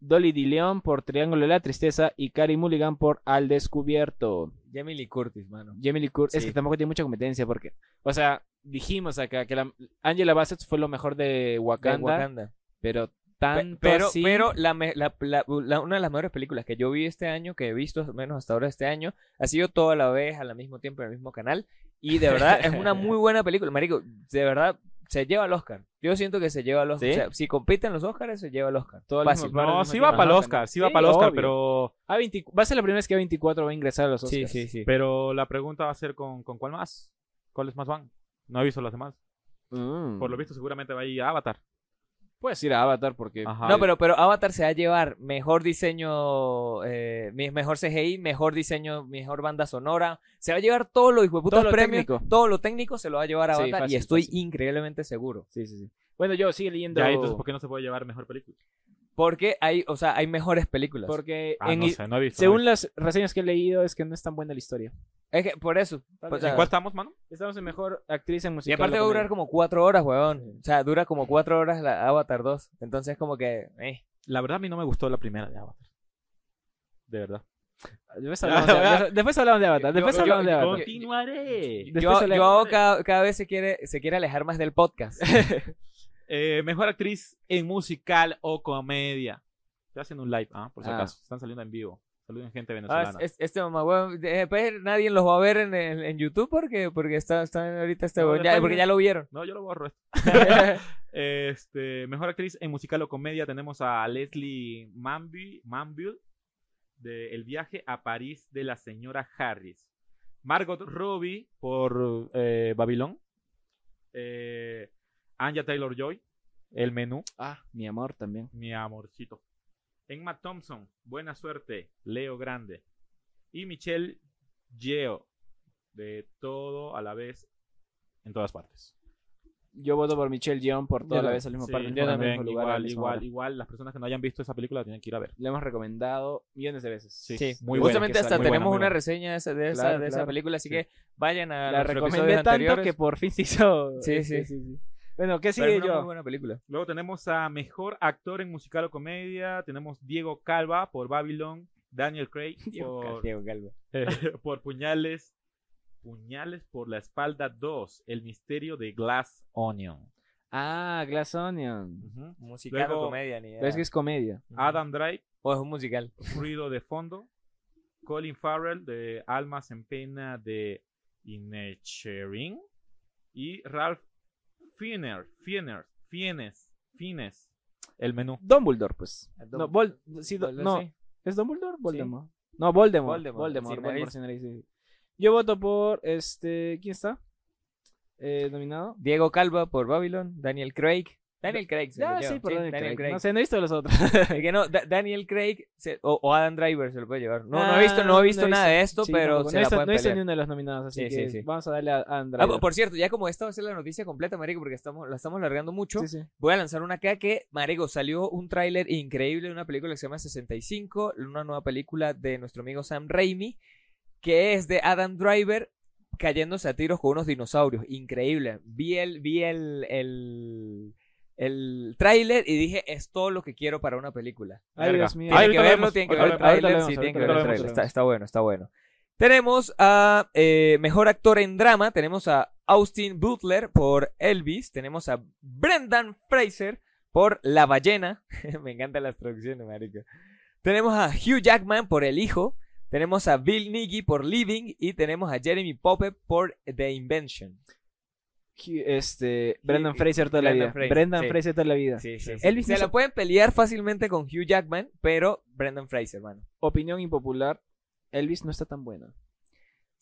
S1: Dolly DeLeon por Triángulo de la Tristeza. Y Carrie Mulligan por Al Descubierto.
S2: Jamie Lee Curtis, mano.
S1: Jamie Lee Curtis. Es
S2: Sí.
S1: que tampoco tiene mucha competencia porque, o sea, dijimos acá que la, Angela Bassett fue lo mejor de
S2: De
S1: Wakanda,
S2: Wakanda.
S1: pero
S2: Pe-
S1: tanto
S2: Pero,
S1: así-
S2: pero la, me- la- la- la- una de las mejores películas que yo vi este año, que he visto al menos hasta ahora este año, ha sido toda la vez, al mismo tiempo, en el mismo canal. Y de verdad
S1: (laughs)
S2: es una muy buena película, Marico. De verdad se lleva el Oscar. Yo siento que se lleva el Oscar.
S1: ¿Sí?
S2: O sea, si compiten los Oscars, se lleva el Oscar.
S1: Todo al
S2: Fácil.
S1: mismo-
S3: No,
S1: Para
S3: sí
S1: el
S3: va
S1: mismo
S3: para el
S1: tiempo.
S3: Oscar, sí va
S1: Sí,
S3: para el Oscar,
S1: obvio.
S3: pero,
S1: A 20 va a ser la primera vez que A24 va a ingresar a los
S2: Sí,
S1: Oscars.
S2: sí, sí.
S3: pero la pregunta va a ser con, con cuál más. ¿Cuáles más van? No he visto las demás.
S1: Mm.
S3: Por lo visto seguramente va a ir a Avatar.
S1: Puedes ir a Avatar porque.
S3: Ajá.
S2: No, pero, pero Avatar se va a llevar mejor diseño, eh, mi- mejor CGI, mejor diseño, mejor banda sonora. Se va a llevar todos los hijos
S1: Todo lo
S2: premios.
S1: técnico.
S2: Todo lo técnico se lo va a llevar
S1: Sí,
S2: Avatar y
S1: fácil,
S2: estoy
S1: fácil.
S2: increíblemente seguro.
S1: Sí, sí, sí. Bueno, yo sigue leyendo.
S3: Ya, entonces, ¿por qué no se puede llevar mejor película?
S2: Porque hay, o sea, hay mejores películas.
S1: Porque
S3: Ah,
S1: en-
S3: no sé, no he visto. no he
S1: según las reseñas que he leído, es que no es tan buena la historia.
S2: Es que por eso.
S1: Tal vez.
S2: o
S3: visto.
S2: sea,
S3: ¿En cuál estamos, mano?
S1: Estamos en mejor actriz en musical.
S2: y
S1: o
S2: aparte va a
S1: comedia.
S2: durar como cuatro horas, weón. O sea, dura como cuatro horas la Avatar 2. Entonces como que... eh.
S3: La verdad a mí no me gustó la primera de Avatar. De verdad.
S1: Después hablamos
S2: (laughs)
S1: de Avatar. Después hablamos de Avatar.
S2: Yo-
S1: Después
S2: yo-
S1: hablamos de
S2: yo-
S1: Avatar.
S3: Continuaré.
S1: Después
S2: Yo,
S1: se le-
S2: yo cada, cada vez se quiere, se quiere alejar más del podcast.
S3: Eh, mejor actriz en musical o comedia. Estoy haciendo un live, ah, por si
S1: Ah.
S3: acaso. Están saliendo en vivo. Saluden gente
S2: (laughs) Ah,
S3: venezolana.
S2: es- es- este mamá, weón, de- después nadie los va a ver en, en- en YouTube porque, porque está, está ahorita este
S3: No,
S2: weón, ya-
S3: después
S2: porque
S3: ya-
S2: ya lo (laughs) vieron.
S3: No, yo lo borro esto. este, mejor actriz en musical o comedia tenemos a Leslie Manville, Manville de El viaje a París de la señora Harris. Margot Robbie por eh, Babilón. Eh, Anja Taylor Joy, El menú.
S1: Ah, mi amor también.
S3: Mi amorcito. Emma Thompson, Buena Suerte, Leo Grande. Y Michelle Yeo, de todo a la vez, en todas partes.
S1: Yo voto por Michelle Yeoh por toda
S2: Yo
S1: la
S2: lo-
S1: vez al mismo
S3: Sí,
S1: parte,
S3: yo
S1: en el
S3: también,
S1: mismo lugar, a la
S3: igual,
S1: misma
S3: igual,
S1: hora.
S3: igual. Las personas que no hayan visto esa película la tienen que ir a ver.
S1: Le hemos recomendado millones de veces.
S3: Sí,
S2: Sí,
S3: muy buena.
S2: Justamente hasta
S3: Muy buena,
S2: tenemos
S3: muy
S2: una
S3: buena.
S2: reseña de esa, de esa,
S1: Claro,
S2: de esa
S1: claro.
S2: película, así
S3: Sí.
S2: que vayan
S1: La
S2: a nuestros
S1: recomendé
S2: episodios
S1: tanto
S2: anteriores.
S1: que por fin se hizo.
S2: Sí, sí.
S1: Bueno, ¿qué
S2: Pero
S1: sigue
S2: es una muy
S1: yo?
S2: buena película.
S3: Luego tenemos a Mejor Actor en Musical o Comedia. Tenemos Diego Calva por Babylon. Daniel
S1: (laughs)
S3: Craig por, (laughs) por Puñales. Puñales por la espalda 2. El misterio de Glass Onion.
S1: Ah, Glass Onion.
S3: Ujú.
S2: Musical
S3: Luego-
S2: o comedia, ni idea.
S1: Pero es que es comedia.
S2: Ujú.
S3: Adam Drive,
S2: O Oh, es un musical.
S3: Ruido de Fondo. Colin Farrell de Almas en Pena de Inecherin. Y Ralph Fiener, Fiener, Fienes, Fienes. El menú.
S1: Dumbledore, pues.
S2: Ah,
S1: No,
S2: Dumbledore.
S1: Vol- sí, do-
S2: Vuelve
S1: no,
S2: así.
S1: ¿es Dumbledore? Voldemort. No, Voldemort.
S2: Voldemort,
S1: Voldemort,
S2: sin
S1: Voldemort,
S2: nariz.
S1: sin nariz, sí. Yo voto por este. ¿Quién está? Eh, nominado.
S2: Diego Calva por Babylon, Daniel Craig Daniel Craig. se lo
S1: Ya,
S2: lleva,
S1: Ah, sí, por Daniel, Craig.
S2: Craig. (laughs)
S1: No sé, no he visto los otros.
S2: Es que no, Da- Daniel Craig se- o, o Adam Driver se lo puede llevar. No, no
S1: Ah,
S2: he visto, no he visto
S1: no he
S2: nada de esto,
S1: Sí,
S2: pero
S1: tampoco.
S2: se
S1: no
S2: la
S1: hizo,
S2: pueden
S1: no hizo
S2: pelear.
S1: ni uno de los nominados, así
S2: Sí, sí,
S1: que
S2: sí.
S1: vamos a darle a a Andrea.
S2: Ah, por- por cierto, ya como esta va a ser la noticia completa, marico, porque estamos, la estamos largando mucho,
S1: Sí, sí.
S2: voy a lanzar una acá que, marico, salió un tráiler increíble de una película que se llama 65, una nueva película de nuestro amigo Sam Raimi, que es de Adam Driver cayéndose a tiros con unos dinosaurios. Increíble. Vi el, vi el, el, el tráiler y dije, es todo lo que quiero para una película.
S1: Ay,
S3: Verga.
S1: Dios mío.
S3: Ay,
S2: Tienen
S3: ahorita
S2: que
S3: lo
S2: verlo,
S3: vemos,
S2: tienen que ver
S1: ahorita
S2: el
S1: lo vemos,
S2: tráiler, sí,
S1: ahorita
S2: tienen que
S1: lo
S2: ver el
S1: vemos,
S2: tráiler.
S1: ahorita
S2: Está,
S1: lo
S2: está bueno, está bueno. Tenemos a eh, Mejor Actor en Drama, tenemos a Austin Butler por Elvis, tenemos a Brendan Fraser por La Ballena, (laughs) me encantan las traducciones, marico. Tenemos a Hugh Jackman por El Hijo, tenemos a Bill Nighy por Living y tenemos a Jeremy Pope por The Invention.
S1: Hugh- Este, Brendan Fraser toda la
S2: Brendan
S1: vida.
S2: Fraser,
S1: Brendan
S2: sí.
S1: Fraser toda la vida. Elvis
S2: Se
S1: hizo-
S2: la pueden pelear fácilmente con Hugh Jackman, pero Brendan Fraser, mano.
S1: Opinión impopular. Elvis no está tan buena.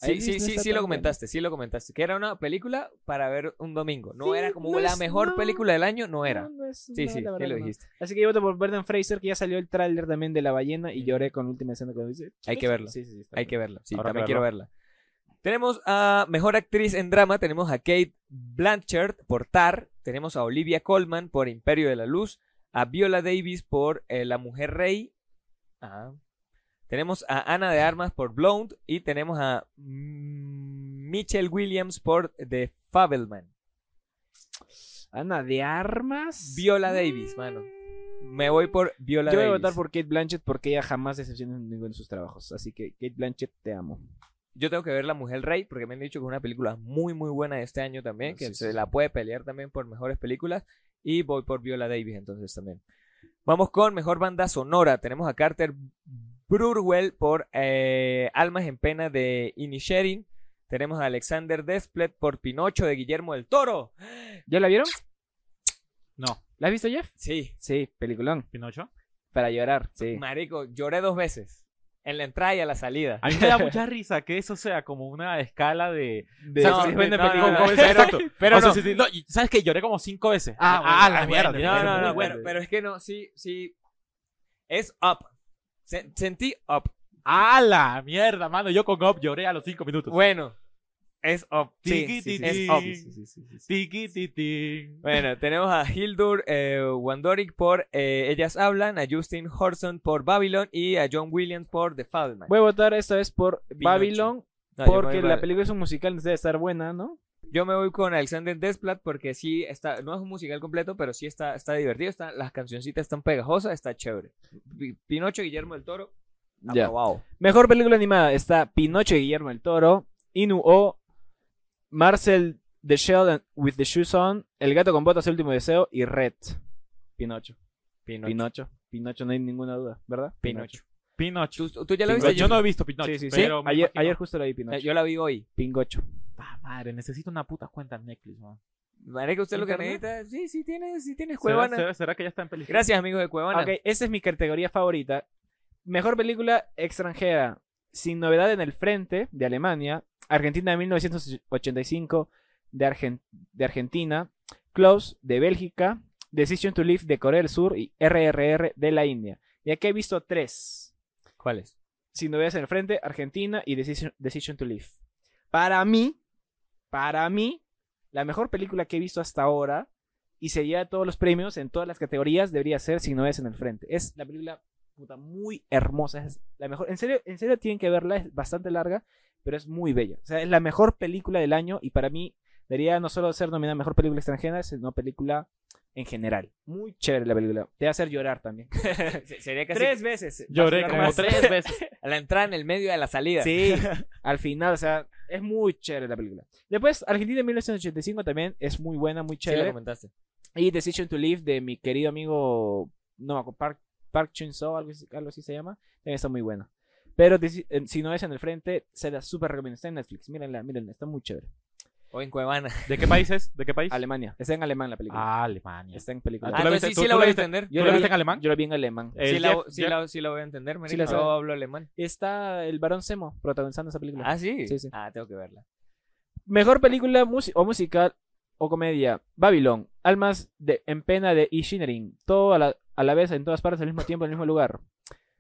S2: Sí,
S1: Elvis
S2: sí,
S1: no
S2: sí,
S1: está
S2: sí lo
S1: tan
S2: comentaste, sí lo comentaste. Que era una película para ver un domingo. No
S1: Sí,
S2: era como
S1: no
S2: la
S1: es-
S2: mejor
S1: no.
S2: película del año, no era.
S1: No, no es-
S2: Sí,
S1: no,
S2: sí,
S1: la
S2: sí
S1: verdad
S2: lo
S1: no.
S2: dijiste.
S1: Así que yo voto por Brendan Fraser, que ya salió el tráiler también de La Ballena y lloré con la última escena que dice. "Pues,
S2: Hay que verlo.
S1: Sí, sí, sí, está
S2: Hay que
S1: bien.
S2: verla. Sí,
S3: Habrá que
S2: también quiero verla. Tenemos a mejor actriz en drama, tenemos a Kate Blanchard por Tar, tenemos a Olivia Colman por Imperio de la Luz, a Viola Davis por eh, La Mujer Rey, ah. tenemos a Ana de Armas por Blonde y tenemos a mm, Michelle Williams por The Fabelman.
S1: Ana de Armas.
S2: Viola Davis, mano. Me voy por Viola
S1: Yo voy
S2: Davis.
S1: a votar por Kate Blanchett porque ella jamás decepciona en ninguno de sus trabajos. Así que, Kate Blanchett, te amo.
S2: Yo tengo que ver La Mujer Rey porque me han dicho que es una película muy, muy buena de este año también,
S1: Ah,
S2: que
S1: sí,
S2: se
S1: sí.
S2: la puede pelear también por mejores películas. Y voy por Viola Davis entonces también. Vamos con mejor banda sonora. Tenemos a Carter Burwell por eh, Almas en Pena de Inisherin. Tenemos a Alexander Desplet por Pinocho de Guillermo del Toro.
S1: ¿Ya la vieron?
S3: No,
S1: ¿La has visto, Jeff?
S2: Sí,
S1: Sí, peliculón.
S3: Pinocho.
S1: Para llorar, sí.
S2: marico, lloré dos veces. En la entrada y a la salida.
S3: A mí me da mucha risa que eso sea como una escala de.
S1: De-
S2: No,
S3: se suspende
S2: no, no,
S3: película.
S2: no,
S3: Como
S2: pero-
S3: esa, exacto.
S2: pero
S3: O sea,
S2: no.
S3: sí, sí, no, y ¿Sabes que Lloré como cinco veces.
S1: Ah, bueno,
S3: Ah, la
S1: ah,
S3: mierda.
S1: bueno,
S3: tiene que
S2: No,
S3: ser
S2: no,
S3: muy
S2: no,
S3: buena.
S2: pero, pero es que no, sí, sí. Es up. Se- sentí up.
S3: Ah, la mierda, mano. Yo con Up lloré a los cinco minutos.
S2: Bueno, es up. Sí,
S3: Tiki,
S2: sí, sí,
S3: tiki.
S2: es up.
S3: Tiki, ti, ti.
S2: Bueno, tenemos a Hildur eh, Wandoric por eh, Ellas Hablan, a Justin Horson por Babylon y a John Williams por The Fabelman.
S1: Voy a votar esta vez por Babylon
S2: No, yo me voy
S1: porque
S2: por-
S1: la película es un musical, entonces debe estar buena, ¿no?
S2: Yo me voy con Alexander Desplat porque sí está, no es un musical completo, pero sí está, está divertido, está, las cancioncitas están pegajosas, está chévere. Pi- Pinocho, Guillermo del Toro,
S1: Ya.
S2: aprobado.
S1: Mejor película animada está Pinocho de Guillermo el Toro, Inuo, Marcel the Shell and- with the Shoes on, El gato con botas, el último deseo y Red. Pinocho.
S2: Pinocho.
S1: Pinocho. Pinocho, no hay ninguna duda, ¿verdad?
S2: Pinocho.
S3: Pinocho.
S2: ¿Tú, tú ya la
S3: Pinocho.
S2: viste?
S3: Yo no he visto Pinocho.
S1: Sí, sí, sí.
S3: pero me
S1: ayer,
S3: imagino.
S1: ayer justo la vi Pinocho.
S2: Eh, Yo la vi hoy.
S1: Pingocho.
S3: Ah, madre, necesito una puta cuenta en Netflix, man.
S2: Marico, usted lo que
S3: ¿Internet?
S2: necesita. Sí, sí tienes, sí tienes
S3: ¿Será,
S2: Cuevana.
S3: será- será que ya está en película?
S2: Gracias, amigos de Cuevana.
S1: Ok, esa es mi categoría favorita. Mejor película extranjera. Sin novedad en el frente, de Alemania. Argentina de 1985, de, Argen- de Argentina. Close, de Bélgica. Decision to Live, de Corea del Sur. Y RRR, de la India. Y aquí he visto tres.
S2: ¿Cuáles?
S1: Sin novedades en el frente, Argentina y Decision, Decision to Live. Para mí, para mí, la mejor película que he visto hasta ahora y se lleva todos los premios en todas las categorías debería ser Sin novedades en el frente. Es la película puta, muy hermosa, es la mejor. En serio, en serio tienen que verla, es bastante larga, pero es muy bella. O sea, es la mejor película del año y para mí debería no solo ser nominada a mejor película extranjera, sino película en general. Muy chévere la película. Te va a hacer llorar también. (laughs)
S2: Se- Sería casi
S1: Tres veces.
S3: Lloré
S1: Vas a llorar
S3: como
S1: más.
S3: tres veces.
S2: a la entrada en el medio de la
S3: (laughs)
S2: salida.
S1: Sí, al final, o sea, es muy chévere la película. Después, Argentina en 1985 también es muy buena, muy
S2: Sí, lo
S1: chévere.
S2: comentaste.
S1: y Decision to Live de mi querido amigo, no me acuerdo, Park, Park Chun-soo, algo, así- algo así se llama, también está muy buena. Pero Deci- eh, si no es en el frente, se la súper recomiendo. Está en Netflix, mírenla, mírenla, está muy chévere.
S2: O en Cuevana.
S3: ¿De qué país es? ¿De qué país?
S1: Alemania, está en alemán la película.
S3: Ah, Alemania.
S1: Está en
S3: Ah,
S1: película.
S3: ¿tú la
S2: Ah,
S3: viste?
S2: entonces sí,
S3: ¿Tú-
S2: sí
S3: tú
S2: la
S3: la
S2: voy a
S3: viste?
S2: entender.
S3: ¿Tú
S1: Yo
S3: la
S1: la
S3: viste
S1: vi-
S3: en alemán?
S1: Yo la vi en alemán.
S3: Eh,
S2: sí, la,
S3: Jeff-
S2: sí
S3: Jeff-
S2: la- sí la voy a entender,
S1: Sí,
S2: marico.
S1: la
S2: Yo
S1: sabe.
S2: hablo alemán.
S1: Está el varón Semo protagonizando esa película.
S2: Ah, ¿sí?
S1: Sí, sí.
S2: Ah, tengo que verla.
S1: Mejor película musi- o musical o comedia. Babylon, Almas de- en pena de Ishinerin. Todo a la, a la vez, en todas partes, al mismo tiempo, en el mismo lugar.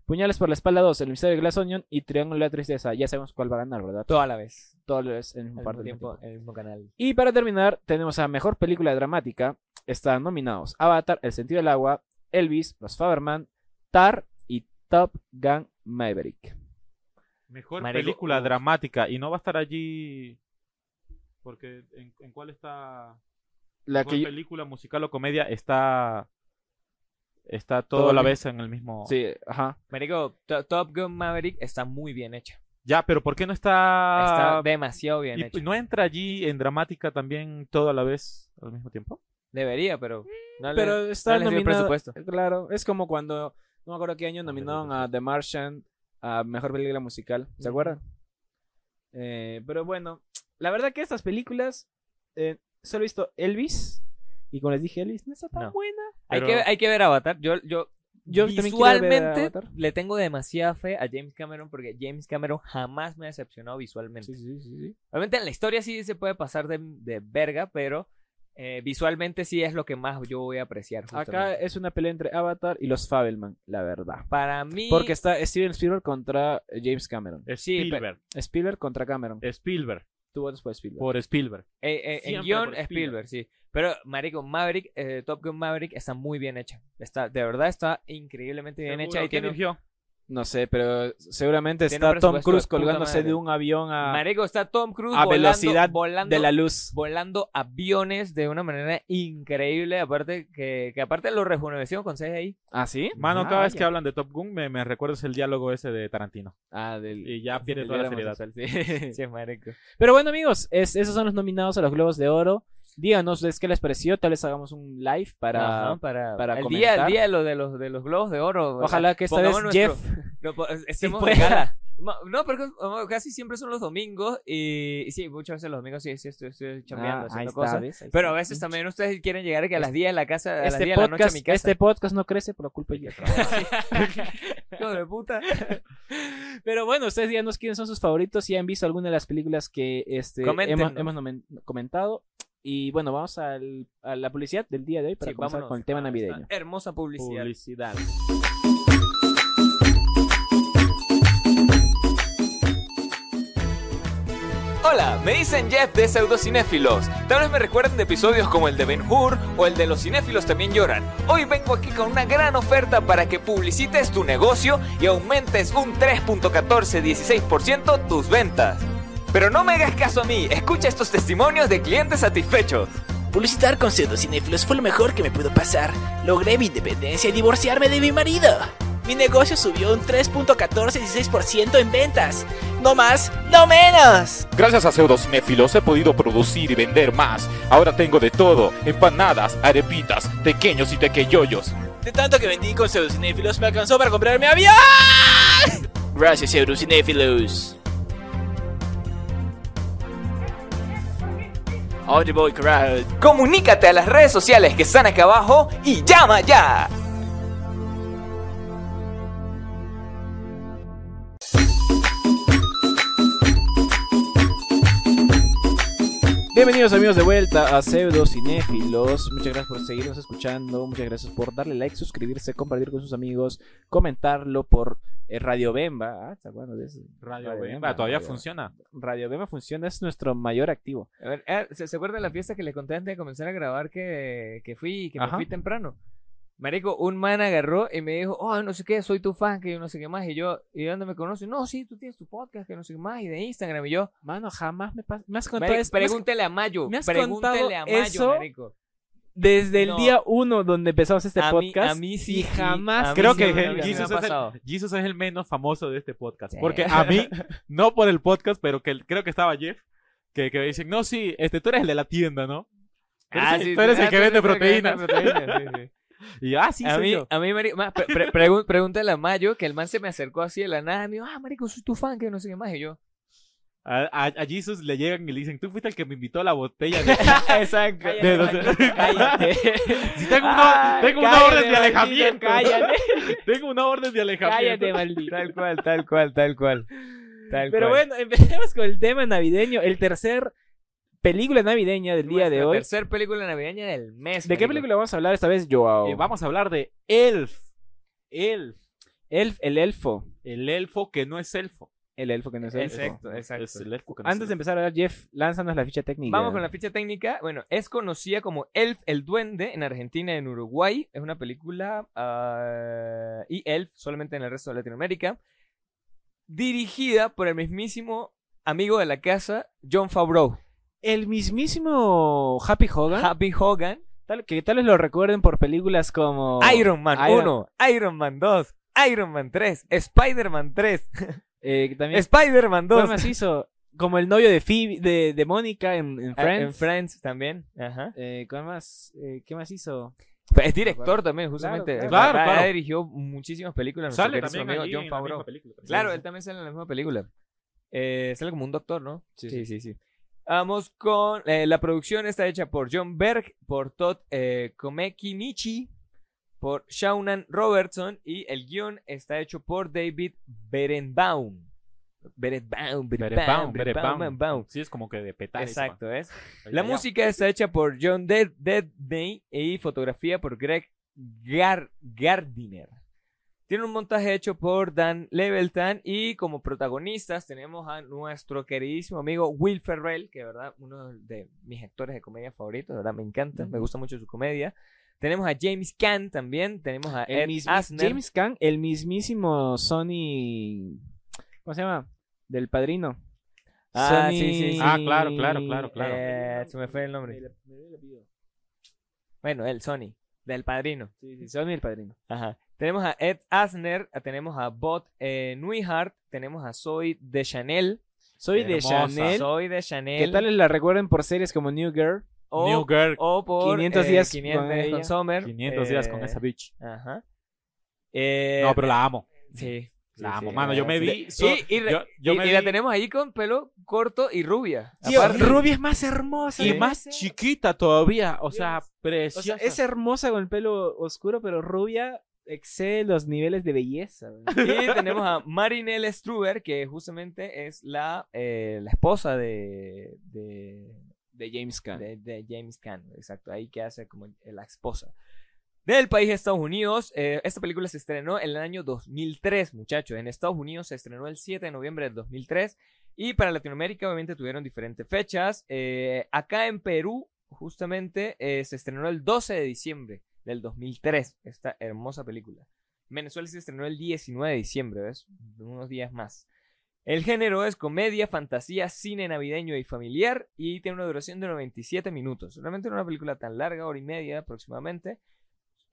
S1: Puñales por la espalda 2, el misterio de Glass Onion y Triángulo de la Tristeza. Ya sabemos cuál va a ganar, ¿verdad?
S2: Toda la vez.
S1: Todo a la vez, en el mismo
S2: Al
S1: parte,
S2: mismo
S1: al mismo
S2: tiempo,
S1: tiempo.
S2: en el mismo canal.
S1: Y para terminar, tenemos a Mejor Película Dramática. Están nominados Avatar, El Sentido del Agua, Elvis, Los Faberman, Tar y Top Gun Maverick.
S3: Mejor
S2: Marico,
S3: película
S2: uf.
S3: dramática. Y no va a estar allí. Porque en, en cuál está.
S1: La
S3: mejor
S1: que yo-
S3: película musical o comedia está. Está
S1: Todo
S3: todo, a la
S1: el-
S3: vez en el mismo.
S1: Sí, ajá.
S2: Marico, To- Top Gun Maverick está muy bien hecha.
S3: Ya, pero ¿por qué no está.
S2: está demasiado bien
S3: Ah, y-
S2: hecha.
S3: y no entra allí en dramática también todo a la vez al mismo tiempo?
S2: Debería, pero no le-
S1: Pero está
S2: no les dio
S1: nominado- eh,
S2: presupuesto.
S1: Claro, es como cuando, no me acuerdo qué año, nominaron a The Martian a Mejor Película Musical, ¿se
S2: Ujú.
S1: acuerdan? Eh, pero bueno, la verdad que estas películas, eh, solo he visto Elvis, y como les dije, Elvis no está tan
S2: No.
S1: buena.
S2: Hay,
S3: Pero-
S2: que, hay que ver Avatar. Yo, yo,
S1: Yo también quiero ver
S2: visualmente
S1: Avatar.
S2: le tengo demasiada fe a James Cameron porque James Cameron jamás me ha decepcionado visualmente.
S1: Sí, sí, sí, sí.
S2: Obviamente en la historia sí se puede pasar de, de verga, pero eh, visualmente sí es lo que más yo voy a apreciar.
S1: Acá
S2: justamente.
S1: es una pelea entre Avatar y los Fabelman, la verdad.
S2: Para mí... eh,
S1: Porque está Steven Spielberg contra eh, James Cameron.
S2: Sí,
S3: Spielberg.
S1: Spielberg contra Cameron.
S3: Spielberg.
S1: Tú votas por Spielberg.
S3: Por Spielberg.
S2: Eh, eh, en
S3: Siempre
S2: guión
S3: por
S2: Spielberg,
S3: Spielberg.
S2: sí. Pero, marico, Maverick, eh, Top Gun Maverick está muy bien hecha. Está, de verdad está increíblemente bien hecha.
S3: Seguro.
S2: Y
S3: ¿Quién
S2: tiene, un-
S3: dirigió?
S1: No sé, pero seguramente
S2: Tiene
S1: está
S2: un
S1: Tom
S2: presupuesto de
S1: Cruise
S2: puta
S1: colgándose
S2: madre.
S1: de un avión a...
S2: marico, está Tom Cruise
S1: a
S2: volando,
S1: velocidad
S2: volando,
S1: de la luz.
S2: volando aviones de una manera increíble. Aparte que, que aparte lo rejuvenecieron con CGI.
S1: ¿Ah, sí?
S3: Mano,
S2: Ah,
S3: cada vez
S2: vaya.
S3: que hablan de Top Gun me, me recuerdas el diálogo ese de Tarantino.
S1: Ah, del...
S3: Y ya pierde
S1: del
S3: toda la
S1: homosexual,
S3: seriedad.
S1: sí. (laughs)
S2: Sí, marico.
S1: Pero bueno, amigos, es- esos son los nominados a los Globos de Oro. Díganos ustedes qué les pareció. Tal vez hagamos un live para...
S2: Ajá, para,
S1: para
S2: el día, el
S1: comentar.
S2: día de, lo, de, los, de los globos de oro. ¿verdad?
S1: Ojalá que esta
S2: Pongamos
S1: vez
S2: nuestro-
S1: (laughs) Jeff...
S2: No, po- estemos
S1: pueda.
S2: de gala. Ma- No, porque oh, casi siempre son los domingos y, y sí, muchas veces los domingos sí, sí estoy, estoy chambeando,
S1: Ah, ahí
S2: haciendo
S1: está,
S2: cosas.
S1: ¿ves? Ahí
S2: Pero a
S1: está.
S2: veces también ustedes quieren llegar que a las 10 de la casa, a las
S1: Este
S2: 10 de la noche a
S1: podcast,
S2: mi casa.
S1: este podcast no crece por la culpa de Jeff.
S2: (laughs)
S1: este
S2: Hijo
S1: (laughs)
S2: de puta.
S1: Pero bueno, ustedes díganos quiénes son sus favoritos, si han visto alguna de las películas que este, hemos,
S2: Coméntenos.
S1: hemos nomen- comentado. Y bueno, vamos al- a la publicidad del día de hoy para
S2: Sí,
S1: comenzar
S2: vámonos
S1: con el tema
S2: a esta
S1: navideño.
S2: Hermosa publicidad.
S3: Publicidad.
S2: Hola, me dicen Jeff de Pseudocinéfilos. Tal vez me recuerden de episodios como el de Ben Hur o el de Los Cinéfilos también lloran. Hoy vengo aquí con una gran oferta para que publicites tu negocio y aumentes un 3.1416% tus ventas. Pero no me hagas caso a mí, escucha estos testimonios de clientes satisfechos.
S5: Publicitar con pseudocinéfilos fue lo mejor que me pudo pasar. Logré mi independencia y divorciarme de mi marido. Mi negocio subió un 3.1416% en ventas. No más, no menos.
S6: Gracias a pseudocinéfilos he podido producir y vender más. Ahora tengo de todo: empanadas, arepitas, pequeños y tequeyoyos.
S5: De tanto que vendí con pseudocinéfilos me alcanzó para comprarme avión. Gracias, pseudocinéfilos. Ahora voy, crowd.
S2: Comunícate a las redes sociales que están acá abajo y llama ya.
S1: Bienvenidos amigos de vuelta a Pseudo Cinéfilos. Muchas gracias por seguirnos escuchando. Muchas gracias por darle like, suscribirse, compartir con sus amigos, comentarlo por eh, Radio Bemba. Ah, ¿se acuerdan de eso?
S3: Radio
S1: Radio
S3: Bemba.
S1: Bemba,
S3: Todavía
S1: Radio-
S3: funciona.
S1: Radio Bemba funciona, es nuestro mayor activo.
S2: A ver, eh, ¿se, se acuerdan la fiesta que le conté antes de comenzar a grabar que, que fui, que me
S1: Ajá.
S2: fui temprano? Marico, un man agarró y me dijo, oh, no sé qué, soy tu fan, que yo no sé qué más. Y yo, ¿y dónde me conoces? No, sí, tú tienes tu podcast, que no sé qué más, y de Instagram. Y yo,
S1: Mano, jamás me pasa. Me has contado
S2: "Marico,
S1: eso- me has-
S2: pregúntele a Mayo,
S1: me has
S2: pregúntele
S1: contado
S2: a Mayo,
S1: eso?
S2: marico.
S1: desde el
S2: No.
S1: día uno donde empezamos este
S2: a mí,
S1: podcast.
S2: a mí sí.
S1: y jamás
S2: a mí
S3: Creo
S2: sí,
S3: que
S2: a
S3: (laughs)
S2: mí sí me ha
S3: Jesus es el-
S2: pasado.
S3: Jesus es el menos famoso de este podcast.
S2: Sí.
S3: Porque a mí, no por el podcast, pero que creo que estaba Jeff, que, que dicen, no, sí, este, tú eres el de la tienda, ¿no? Tú eres
S2: Ah,
S3: el-
S2: sí,
S3: tú eres el
S2: ah,
S3: que vende
S2: tú eres el que vende
S3: proteínas.
S2: proteínas, sí, sí.
S3: Y ah, sí,
S2: a
S3: soy
S2: mí,
S3: yo.
S2: a mí, marico, más, pre- pre- pregun- pregúntale a Mayo que el man se me acercó así de la nada. Me dijo, ah, marico, soy tu fan, que no sé qué más. Y
S3: (laughs)
S2: yo,
S3: A, a- a Jesus le llegan y le dicen, tú fuiste el que me invitó a la botella de...
S2: (laughs)
S1: Exacto.
S3: de los- Si tengo una,
S1: Ay,
S3: tengo una
S1: cállate,
S3: orden de
S1: maldito,
S3: alejamiento.
S1: cállate.
S3: (laughs) Tengo una orden de alejamiento.
S1: Cállate, maldito.
S2: Tal cual, tal cual, tal cual. Tal
S1: Pero
S2: cual.
S1: bueno, empecemos con el tema navideño, el tercer película navideña del día de
S2: Nuestra
S1: hoy.
S2: Tercer película navideña del mes.
S1: ¿De qué
S2: marico.
S1: película vamos a hablar esta vez, Joao?
S3: Eh, vamos a hablar de Elf. Elf.
S1: Elf, el elfo.
S3: El elfo que no es elfo.
S1: El elfo que no es elfo.
S2: Exacto, exacto.
S3: Es el elfo que no
S1: Antes
S3: es
S1: de
S3: elfo.
S1: empezar a hablar, Jeff, lánzanos la ficha técnica.
S2: Vamos con la ficha técnica. Bueno, es conocida como Elf el Duende en Argentina y en Uruguay. Es una película ah, y Elf solamente en el resto de Latinoamérica. Dirigida por el mismísimo amigo de la casa, John Favreau.
S1: El mismísimo Happy Hogan,
S2: Happy Hogan.
S1: tal- que tal vez lo recuerden por películas como...
S2: Oh, Iron Man
S1: Iron-
S2: 1, Iron Man 2, Iron Man 3, Spider-Man 3,
S1: Eh, que también
S2: Spider-Man
S1: fue
S2: 2.
S1: macizo. Como el novio de Phoebe, de, de Mónica en, en
S2: Ah, En
S1: Friends.
S2: Friends también. Ajá.
S1: Eh, ¿cuál más? Eh, ¿Qué más hizo?
S2: Pues es director también, justamente.
S1: claro.
S3: Claro,
S2: Ah,
S3: claro.
S2: dirigió muchísimas películas. nuestro
S3: Sale
S2: queridísimo
S3: también
S2: amigo
S3: allí
S2: Jon
S3: en la
S2: Favreau.
S3: misma película.
S2: Claro,
S3: pues, Sí,
S2: él
S3: sí.
S2: también sale en la misma película. Eh, sale como un doctor, ¿no?
S1: Sí,
S2: sí, sí. Vamos con. eh, la producción está hecha por John Berg, por Todd eh, Komeki Michi, por Shaunan Robertson y el guión está hecho por David Berenbaum. Berenbaum, Berenbaum,
S3: Berepaun,
S2: Berenbaum, Berenbaum.
S3: berepaun. Sí, es como que de petar. ese man.
S2: Exacto, es.
S3: Ahí
S2: La
S3: ya.
S2: música está hecha por John Dead Deadney y fotografía por Greg Gar- Gardiner. Tiene un montaje hecho por Dan Leveltan y como protagonistas tenemos a nuestro queridísimo amigo Will Ferrell, que verdad uno de mis actores de comedia favoritos, verdad me encanta, me gusta mucho su comedia. Tenemos a James Caan también, tenemos a
S1: El
S2: Ed
S1: mismi-
S2: Asner.
S1: Eh, ah, James Caan, el mismísimo Sony... ¿Cómo se llama? Del Padrino.
S2: Ah, sí, sí, sí.
S3: Ah, claro, claro, claro, claro.
S2: Eh, se me fue el nombre. Bueno, el Sony, del Padrino.
S1: Sí, sí, Eh, Sony el Padrino.
S2: Ajá. Tenemos a Ed Asner, a- tenemos a Bot eh, Newhart, tenemos a Zoe de Chanel.
S1: Soy de
S3: Hermosa.
S1: Chanel.
S2: Zoe de
S1: ¿Qué
S2: Chanel.
S1: tal les la recuerden por series como New Girl?
S2: O,
S3: New Girl.
S2: o por
S1: 500
S2: eh,
S1: días
S2: 500
S1: con
S2: días
S1: ella.
S2: con Summer.
S3: 500 días con
S2: eh,
S3: esa bitch.
S2: Ajá. Eh,
S3: No, pero la amo.
S2: Sí.
S3: La
S2: sí,
S3: amo,
S2: sí,
S3: mano. Yo
S2: sí.
S3: me vi. so-
S2: y, y re-
S3: yo, yo
S2: y-
S3: me
S2: y la
S3: vi-
S2: tenemos ahí con pelo corto y rubia.
S1: Tío,
S2: Aparte-
S1: Rubia es más hermosa.
S3: Y
S1: ¿no?
S3: más
S1: Ese-
S3: chiquita todavía. O sea,
S1: O sea,
S3: preciosa.
S1: es hermosa con el pelo oscuro, pero rubia excede los niveles de belleza. güey.
S2: Y tenemos a Marinelle Struber, que justamente es la, eh, la esposa de- de,
S1: De James Caan.
S2: De, de James Caan, exacto. Ahí que hace como la esposa. Del país de Estados Unidos, eh, esta película se estrenó en el año 2003, muchachos. En Estados Unidos se estrenó el 7 de noviembre del 2003. Y para Latinoamérica, obviamente, tuvieron diferentes fechas. Eh, acá en Perú, justamente, eh, se estrenó el 12 de diciembre del 2003, esta hermosa película. Venezuela se estrenó el 19 de diciembre, ¿ves? Unos días más. El género es comedia, fantasía, cine navideño y familiar y tiene una duración de 97 minutos. Realmente no una película tan larga, hora y media aproximadamente.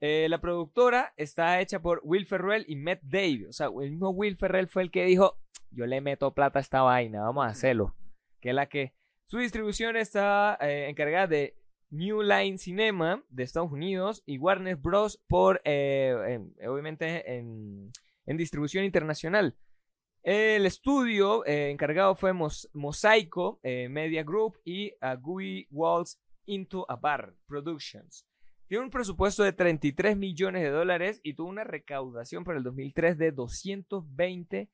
S2: Eh, la productora está hecha por Will Ferrell y Matt Dave. O sea, el mismo Will Ferrell fue el que dijo, yo le meto plata a esta vaina, vamos a hacerlo. Que es la que... Su distribución está eh, encargada de New Line Cinema de Estados Unidos y Warner Bros. por, eh, en- obviamente, en, en distribución internacional. El estudio eh, encargado fue Mos- Mosaico eh, Media Group y a Gui Walls Into a Bar Productions. Tiene un presupuesto de 33 millones de dólares y tuvo una recaudación para el 2003 de 220,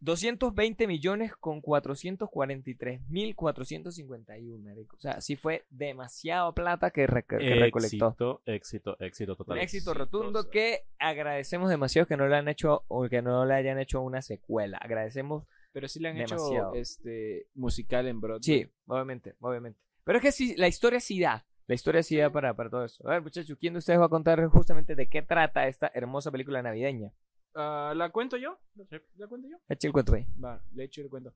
S2: 220 millones con 443 mil 451, marico. O sea, sí fue demasiado plata que, re- que
S3: Eh,
S2: recolectó.
S3: Éxito, éxito, éxito
S2: Un
S3: total.
S2: éxito rotundo que agradecemos demasiado que no le han hecho o que no le hayan hecho una secuela. Agradecemos
S1: Pero sí le han
S2: Demasiado.
S1: hecho este, musical en Broadway.
S2: Sí, obviamente, obviamente. Pero es que sí, la historia sí da. La historia sí da para, para todo eso. A ver, muchachos, ¿quién de ustedes va a contar justamente de qué trata esta hermosa película navideña?
S1: Ah, ¿La cuento yo? ¿La cuento yo?
S2: Eche el cuento ahí.
S1: Va, le echo el cuento.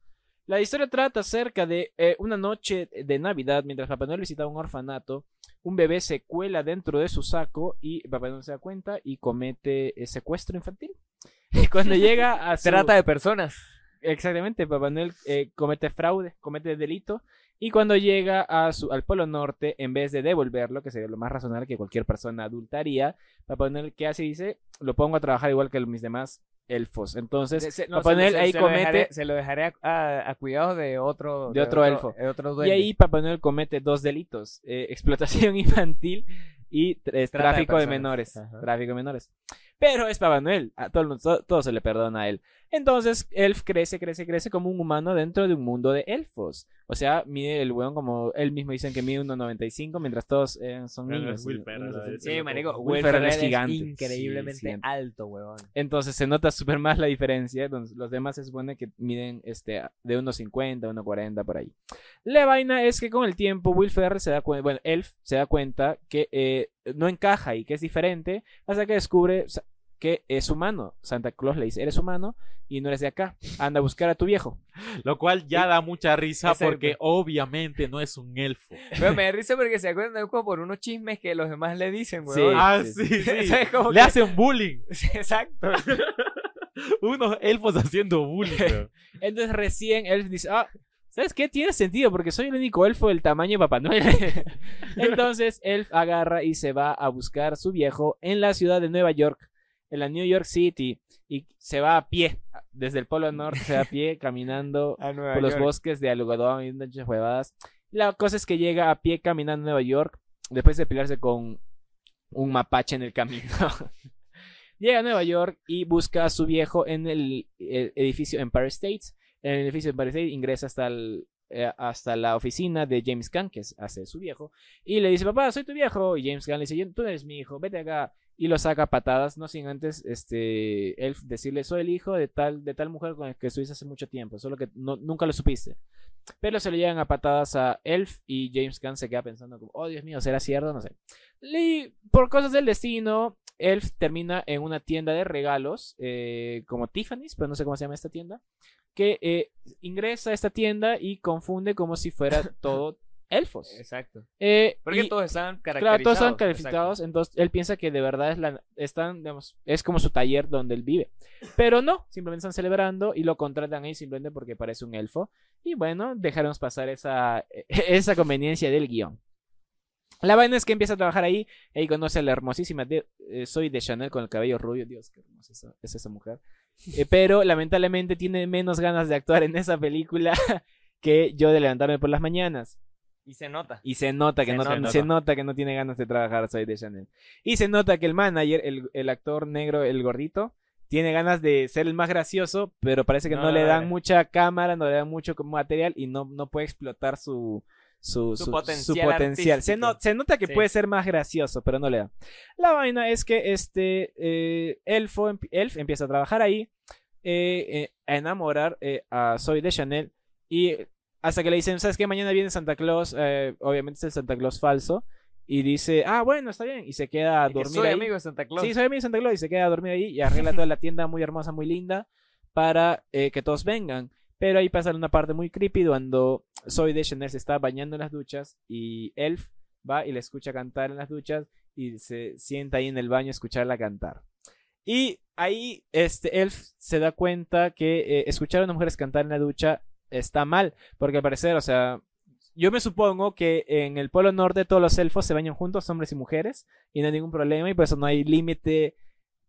S1: La historia trata acerca de eh, una noche de Navidad, mientras Papá Noel visitaba un orfanato, un bebé se cuela dentro de su saco y Papá Noel se da cuenta y comete eh, secuestro infantil. (laughs) Y cuando llega a su...
S2: Trata de personas.
S1: Exactamente, Papá Noel eh, comete fraude, comete delito. Y cuando llega a su, al Polo Norte, en vez de devolverlo, que sería lo más razonable que cualquier persona adultaría, Papá Noel, ¿qué hace? Dice, lo pongo a trabajar igual que mis demás elfos. Entonces,
S2: Se- se- no,
S1: Papá
S2: se lo-
S1: Noel
S2: se-
S1: ahí
S2: se
S1: comete...
S2: Lo dejaré, se lo dejaré a, a- a cuidados de otro...
S1: De otro elfo.
S2: de otro
S1: Y
S2: duende.
S1: ahí Papá Noel comete dos delitos: eh, (laughs) explotación infantil y tr- es
S2: Trata de
S1: tráfico de,
S2: personas.
S1: menores.
S2: Ajá.
S1: Tráfico de menores. Pero es Papá Noel, a todo, el mundo- todo, todo se le perdona a él. Entonces, Elf crece, crece, crece como un humano dentro de un mundo de elfos. O sea, mide el weón como él mismo dicen que mide 1.95, mientras todos eh, son
S7: Bueno,
S1: niños.
S7: es Will
S1: y-
S7: Ferrell,
S1: unos así.
S7: Sí,
S2: Sí,
S7: loco.
S2: marico,
S1: Will
S2: Will
S1: Ferrell
S2: Ferrell
S1: es
S2: es
S1: gigante. Sí,
S2: increíblemente
S1: gigante.
S2: alto, huevón.
S1: Entonces se nota súper más la diferencia. entonces, los demás se supone que miden este, de 1.50, 1.40 por ahí. La vaina es que con el tiempo Will Ferrell se da cuenta, bueno, Elf se da cuenta que eh, no encaja y que es diferente hasta que descubre sa- que es humano. Santa Claus le dice, eres humano y no eres de acá. Anda a buscar a tu viejo.
S3: Lo cual ya da mucha risa
S2: Exacto.
S3: porque obviamente no es
S1: (laughs)
S3: un elfo.
S2: Pero me da risa porque se acuerdan como por unos chismes que los demás le dicen,
S1: Sí.
S2: huevón.
S3: ah,
S1: sí,
S3: sí,
S2: (laughs)
S3: sí.
S2: ¿Sabes cómo
S3: Le
S2: que-
S3: hacen bullying.
S1: (laughs)
S2: Exacto.
S3: Unos elfos haciendo bullying.
S1: (laughs)
S3: weón.
S1: Entonces recién Elf dice, ah, ¿sabes qué? Tiene sentido porque soy el único elfo del tamaño de Papá Noel. (laughs) Entonces Elf agarra y se va a buscar su viejo en la ciudad de Nueva York, en la New York City, y se va a pie, desde el Polo Norte se va a pie caminando
S2: A Nueva
S1: por los
S2: York.
S1: bosques de algodón y muchas huevadas. La cosa es que llega a pie caminando a Nueva York después de pelearse con un mapache en el camino. (laughs) llega a Nueva York y busca a su viejo en el, eh, edificio Empire State. En el edificio Empire State ingresa hasta el, eh, hasta la oficina de James Gunn, que es hace su viejo, y le dice, papá, soy tu viejo. Y James Gunn le dice, "Yo- tú no eres mi hijo, vete acá. Y lo saca a patadas, no sin antes este, él decirle, soy el hijo de tal, de tal mujer con la que estuviste hace mucho tiempo, solo que no- nunca lo supiste. Pero se le llegan a patadas a Elf y James Gunn se queda pensando como, oh Dios mío, ¿será cierto? No sé. Y por cosas del destino, Elf termina en una tienda de regalos, eh, como Tiffany's, pero no sé cómo se llama esta tienda, que eh, ingresa a esta tienda y confunde como si fuera todo elfos.
S2: Exacto.
S1: Eh,
S2: Porque
S1: y-
S2: todos estaban caracterizados.
S1: Claro, todos están
S2: exacto.
S1: calificados, entonces él piensa que de verdad es, la, están, digamos, es como su taller donde él vive. Pero no, simplemente están celebrando y lo contratan ahí simplemente porque parece un elfo. Y bueno, dejaremos pasar esa, (laughs) esa conveniencia del guión. La vaina es que empieza a trabajar ahí y conoce a la hermosísima de, eh, Zoe de Chanel con el cabello rubio. Dios, qué hermosa esa- es esa mujer. Eh, pero lamentablemente tiene menos ganas de actuar en esa película (laughs) que yo de levantarme por las mañanas.
S2: Y se nota.
S1: Y se nota que
S2: Se
S1: no
S2: nota.
S1: se nota que no tiene ganas de trabajar Soy de Chanel. Y se nota que el manager, el, el actor negro, el gordito, tiene ganas de ser el más gracioso, pero parece que no,
S2: No,
S1: le
S2: no,
S1: dan
S2: no.
S1: mucha cámara, no le dan mucho como material y no, no puede explotar su su,
S2: Su
S1: su- su
S2: potencial
S1: potencial. Se, no-
S2: artístico.
S1: se nota que
S2: Sí.
S1: puede ser más gracioso, pero no le dan. La vaina es que este eh, elfo, emp- elf empieza a trabajar ahí, eh, eh, a enamorar eh, a Soy de Chanel y hasta que le dicen, ¿sabes qué? Mañana viene Santa Claus, eh, obviamente es el Santa Claus falso, y dice, ah, bueno, está bien, y se queda a
S2: Y que
S1: dormir
S2: soy
S1: ahí.
S2: amigo de Santa Claus.
S1: Sí, soy amigo de Santa Claus, y se queda a dormir ahí y arregla toda la tienda muy hermosa, muy linda, para eh, que todos vengan. Pero ahí pasa una parte muy creepy cuando Soy de Chanel se está bañando en las duchas y Elf va y le escucha cantar en las duchas y se sienta ahí en el baño a escucharla cantar. Y ahí este Elf se da cuenta que eh, escuchar a una mujer cantar en la ducha está mal, porque al parecer, o sea, yo me supongo que en el Polo Norte todos los elfos se bañan juntos, hombres y mujeres, y no hay ningún problema y por eso no hay límite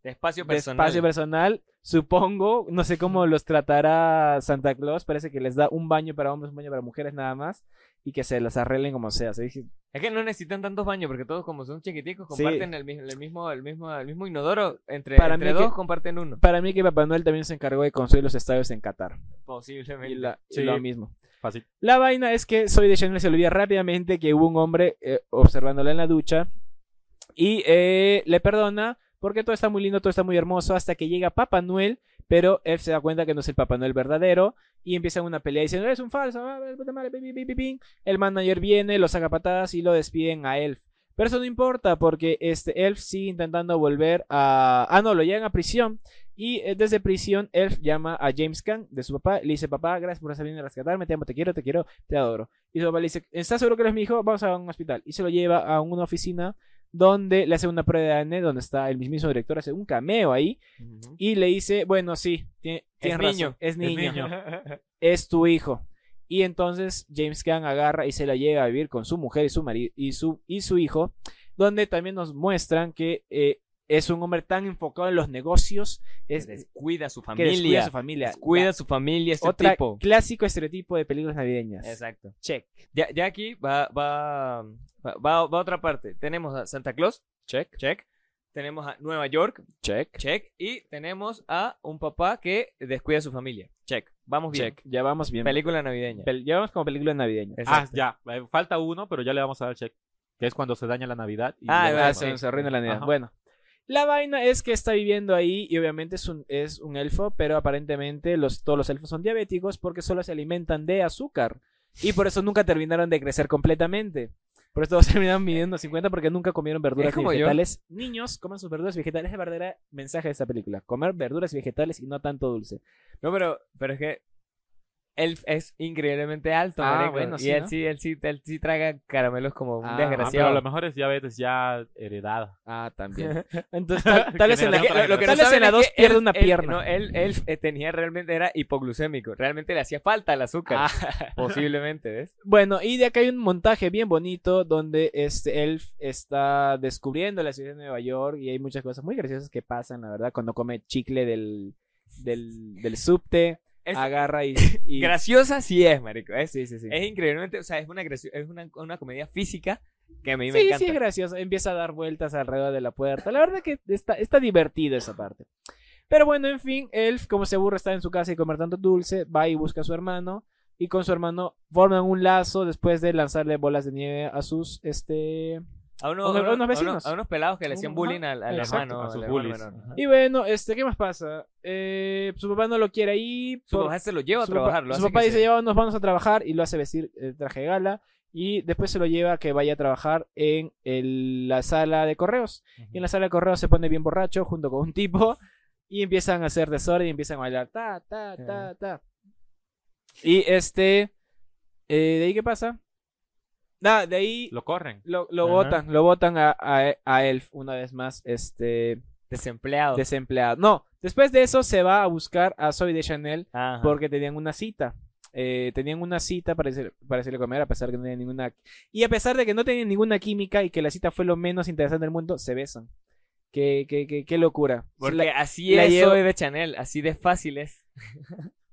S2: De espacio
S1: de
S2: personal.
S1: espacio personal. Supongo, no sé cómo los tratará Santa Claus, parece que les da un baño para hombres, un baño para mujeres nada más y que se las arreglen como sea. Se dice,
S2: Es que no necesitan tantos baños porque todos como son chiquiticos
S1: Sí.
S2: comparten el, mismo, el mismo el mismo el mismo inodoro entre,
S1: Para mí
S2: entre dos
S1: que-
S2: comparten uno.
S1: Para mí que Papá Noel también se encargó de construir los estadios en Qatar.
S2: Posiblemente.
S1: Y, la- y
S3: Sí.
S1: lo mismo.
S3: Fácil.
S1: La vaina es que Soy de Chanel se olvida rápidamente que hubo un hombre eh, observándola en la ducha y eh, le perdona porque todo está muy lindo, todo está muy hermoso hasta que llega Papá Noel, pero él se da cuenta que no es el Papá Noel verdadero y empiezan una pelea diciendo, eres un falso, ah, puta madre, pi, pi, pi, pi, pi". el manager viene, lo saca a patadas y lo despiden a Elf. Pero eso no importa porque este Elf sigue intentando volver a... Ah, no, lo llevan a prisión y eh, desde prisión, Elf llama a James Kang de su papá. Le dice, papá, gracias por venir a rescatarme. Te amo, te quiero, te quiero, te adoro. Y su papá le dice, ¿estás seguro que eres mi hijo? Vamos a un hospital. Y se lo lleva a una oficina donde le hace una prueba de ADN, donde está el mismísimo director, hace un cameo ahí.
S2: Ujú.
S1: Y le dice, bueno, sí, tie- tienes razón,
S2: niño, (laughs)
S1: es niño. Es
S3: niño.
S1: tu hijo. Y entonces James Kang agarra y se la lleva a vivir con su mujer y su marido y su, y su hijo, donde también nos muestran que eh, es un hombre tan enfocado en los negocios,
S2: Es-
S1: (laughs) es,
S2: descuida a su
S1: que descuida a
S2: familia.
S1: su familia.
S2: Descuida a su familia este
S1: Otra
S2: tipo.
S1: clásico estereotipo de películas navideñas.
S2: Exacto.
S1: Check.
S2: Ya, ya aquí va, va, va, va- va otra parte. Tenemos a Santa Claus. Check. Check. Tenemos a Nueva York.
S1: Check.
S2: Check. Y tenemos a un papá que descuida a su familia. Check. Vamos bien.
S1: Check. Ya vamos bien.
S2: Película navideña.
S1: Pel- ya vamos como película navideña.
S3: Ah,
S2: Exacto.
S3: ya. eh, Falta uno, pero ya le vamos a dar check. Que es cuando se daña la Navidad. y
S2: Ah,
S3: le
S1: Ah,
S2: verdad,
S3: vamos a
S1: se
S3: dar-
S1: nos arruina la Navidad.
S3: Ajá.
S1: Bueno, la vaina es que está viviendo ahí y obviamente es un, es un elfo, pero aparentemente los, todos los elfos son diabéticos porque solo se alimentan de azúcar. Y por eso nunca terminaron de crecer completamente. Por eso todos (laughs) terminaron midiendo 50 porque nunca comieron verduras
S2: Es
S1: ni
S2: como yo.
S1: vegetales. Niños, coman sus verduras y vegetales. Es el verdadero mensaje de esta película. Comer verduras y vegetales y no tanto dulce.
S2: No, pero, pero es que él es increíblemente alto,
S1: Ah,
S2: marico,
S1: bueno,
S2: y
S1: sí,
S2: él
S1: ¿no?
S2: sí, él sí, él sí traga caramelos como un
S1: Ah,
S3: Ah,
S2: desgraciado.
S3: pero a lo mejor es diabetes ya heredada.
S1: Ah, también. Entonces, tal, tal vez en la,
S3: Generación
S1: lo- lo que
S2: no
S1: tal vez en
S2: saben
S1: la
S2: es
S1: 2
S2: que
S1: pierde
S2: él-
S1: una
S2: él-
S1: pierna.
S2: No, él, él eh, tenía realmente, era hipoglucémico. Realmente le hacía falta el azúcar. (laughs)
S1: (laughs)
S2: Posiblemente, ¿ves?
S1: Bueno, y de acá hay un montaje bien bonito donde este Elf está descubriendo la ciudad de Nueva York y hay muchas cosas muy graciosas que pasan, la verdad, cuando come chicle del, del, del subte,
S2: Es-
S1: agarra y... y-
S2: Graciosa sí es, marico. Es,
S1: sí, sí, sí.
S2: es increíblemente, o sea, es una, gracio- es una, una comedia física que a mí me
S1: Sí,
S2: encanta.
S1: sí, es gracioso. Empieza a dar vueltas alrededor de la puerta. La verdad que está, está divertida esa parte. Pero bueno, en fin, Elf, como se aburre estar en su casa y comer tanto dulce, va y busca a su hermano. Y con su hermano forman un lazo después de lanzarle bolas de nieve a sus, este,
S2: a, uno-
S1: a unos- a
S2: a uno-
S1: unos
S2: a uno-
S1: vecinos.
S2: a unos pelados que le hacían
S1: Ajá,
S2: bullying al, al
S1: exacto,
S2: hermano.
S3: a
S2: al
S3: sus
S2: hermano
S3: bullies.
S2: menor.
S1: Y bueno, este, ¿qué más pasa? Eh, su papá no lo quiere ahí.
S2: Su
S1: por-
S2: papá se lo lleva a
S1: su
S2: trabajar.
S1: papá-
S2: lo
S1: su
S2: hace que
S1: papá dice,
S2: se-
S1: ya nos vamos a trabajar y lo hace vestir eh, traje de gala. Y después se lo lleva a que vaya a trabajar en el- la sala de correos. Y en la sala de correos se pone bien borracho junto con un tipo. Y empiezan a hacer desorden y empiezan a bailar. Ta, ta, ta, ta. Y este... eh, ¿De ahí qué pasa? Nada, de ahí...
S3: Lo corren.
S1: Lo, lo
S3: Ajá.
S1: botan, lo botan a, a- a Elf una vez más. Este
S2: Desempleado.
S1: desempleado. No, después de eso se va a buscar a Zoe de Chanel
S2: Ajá.
S1: porque tenían una cita. Eh, tenían una cita para, hacer- para hacerle comer a pesar de que no tenían ninguna... Y a pesar de que no tenían ninguna química y que la cita fue lo menos interesante del mundo, se besan. Qué, qué, qué, qué locura.
S2: Porque
S1: La,
S2: así
S1: la
S2: es
S1: llevo-
S2: Zoe de Chanel, así de fácil es.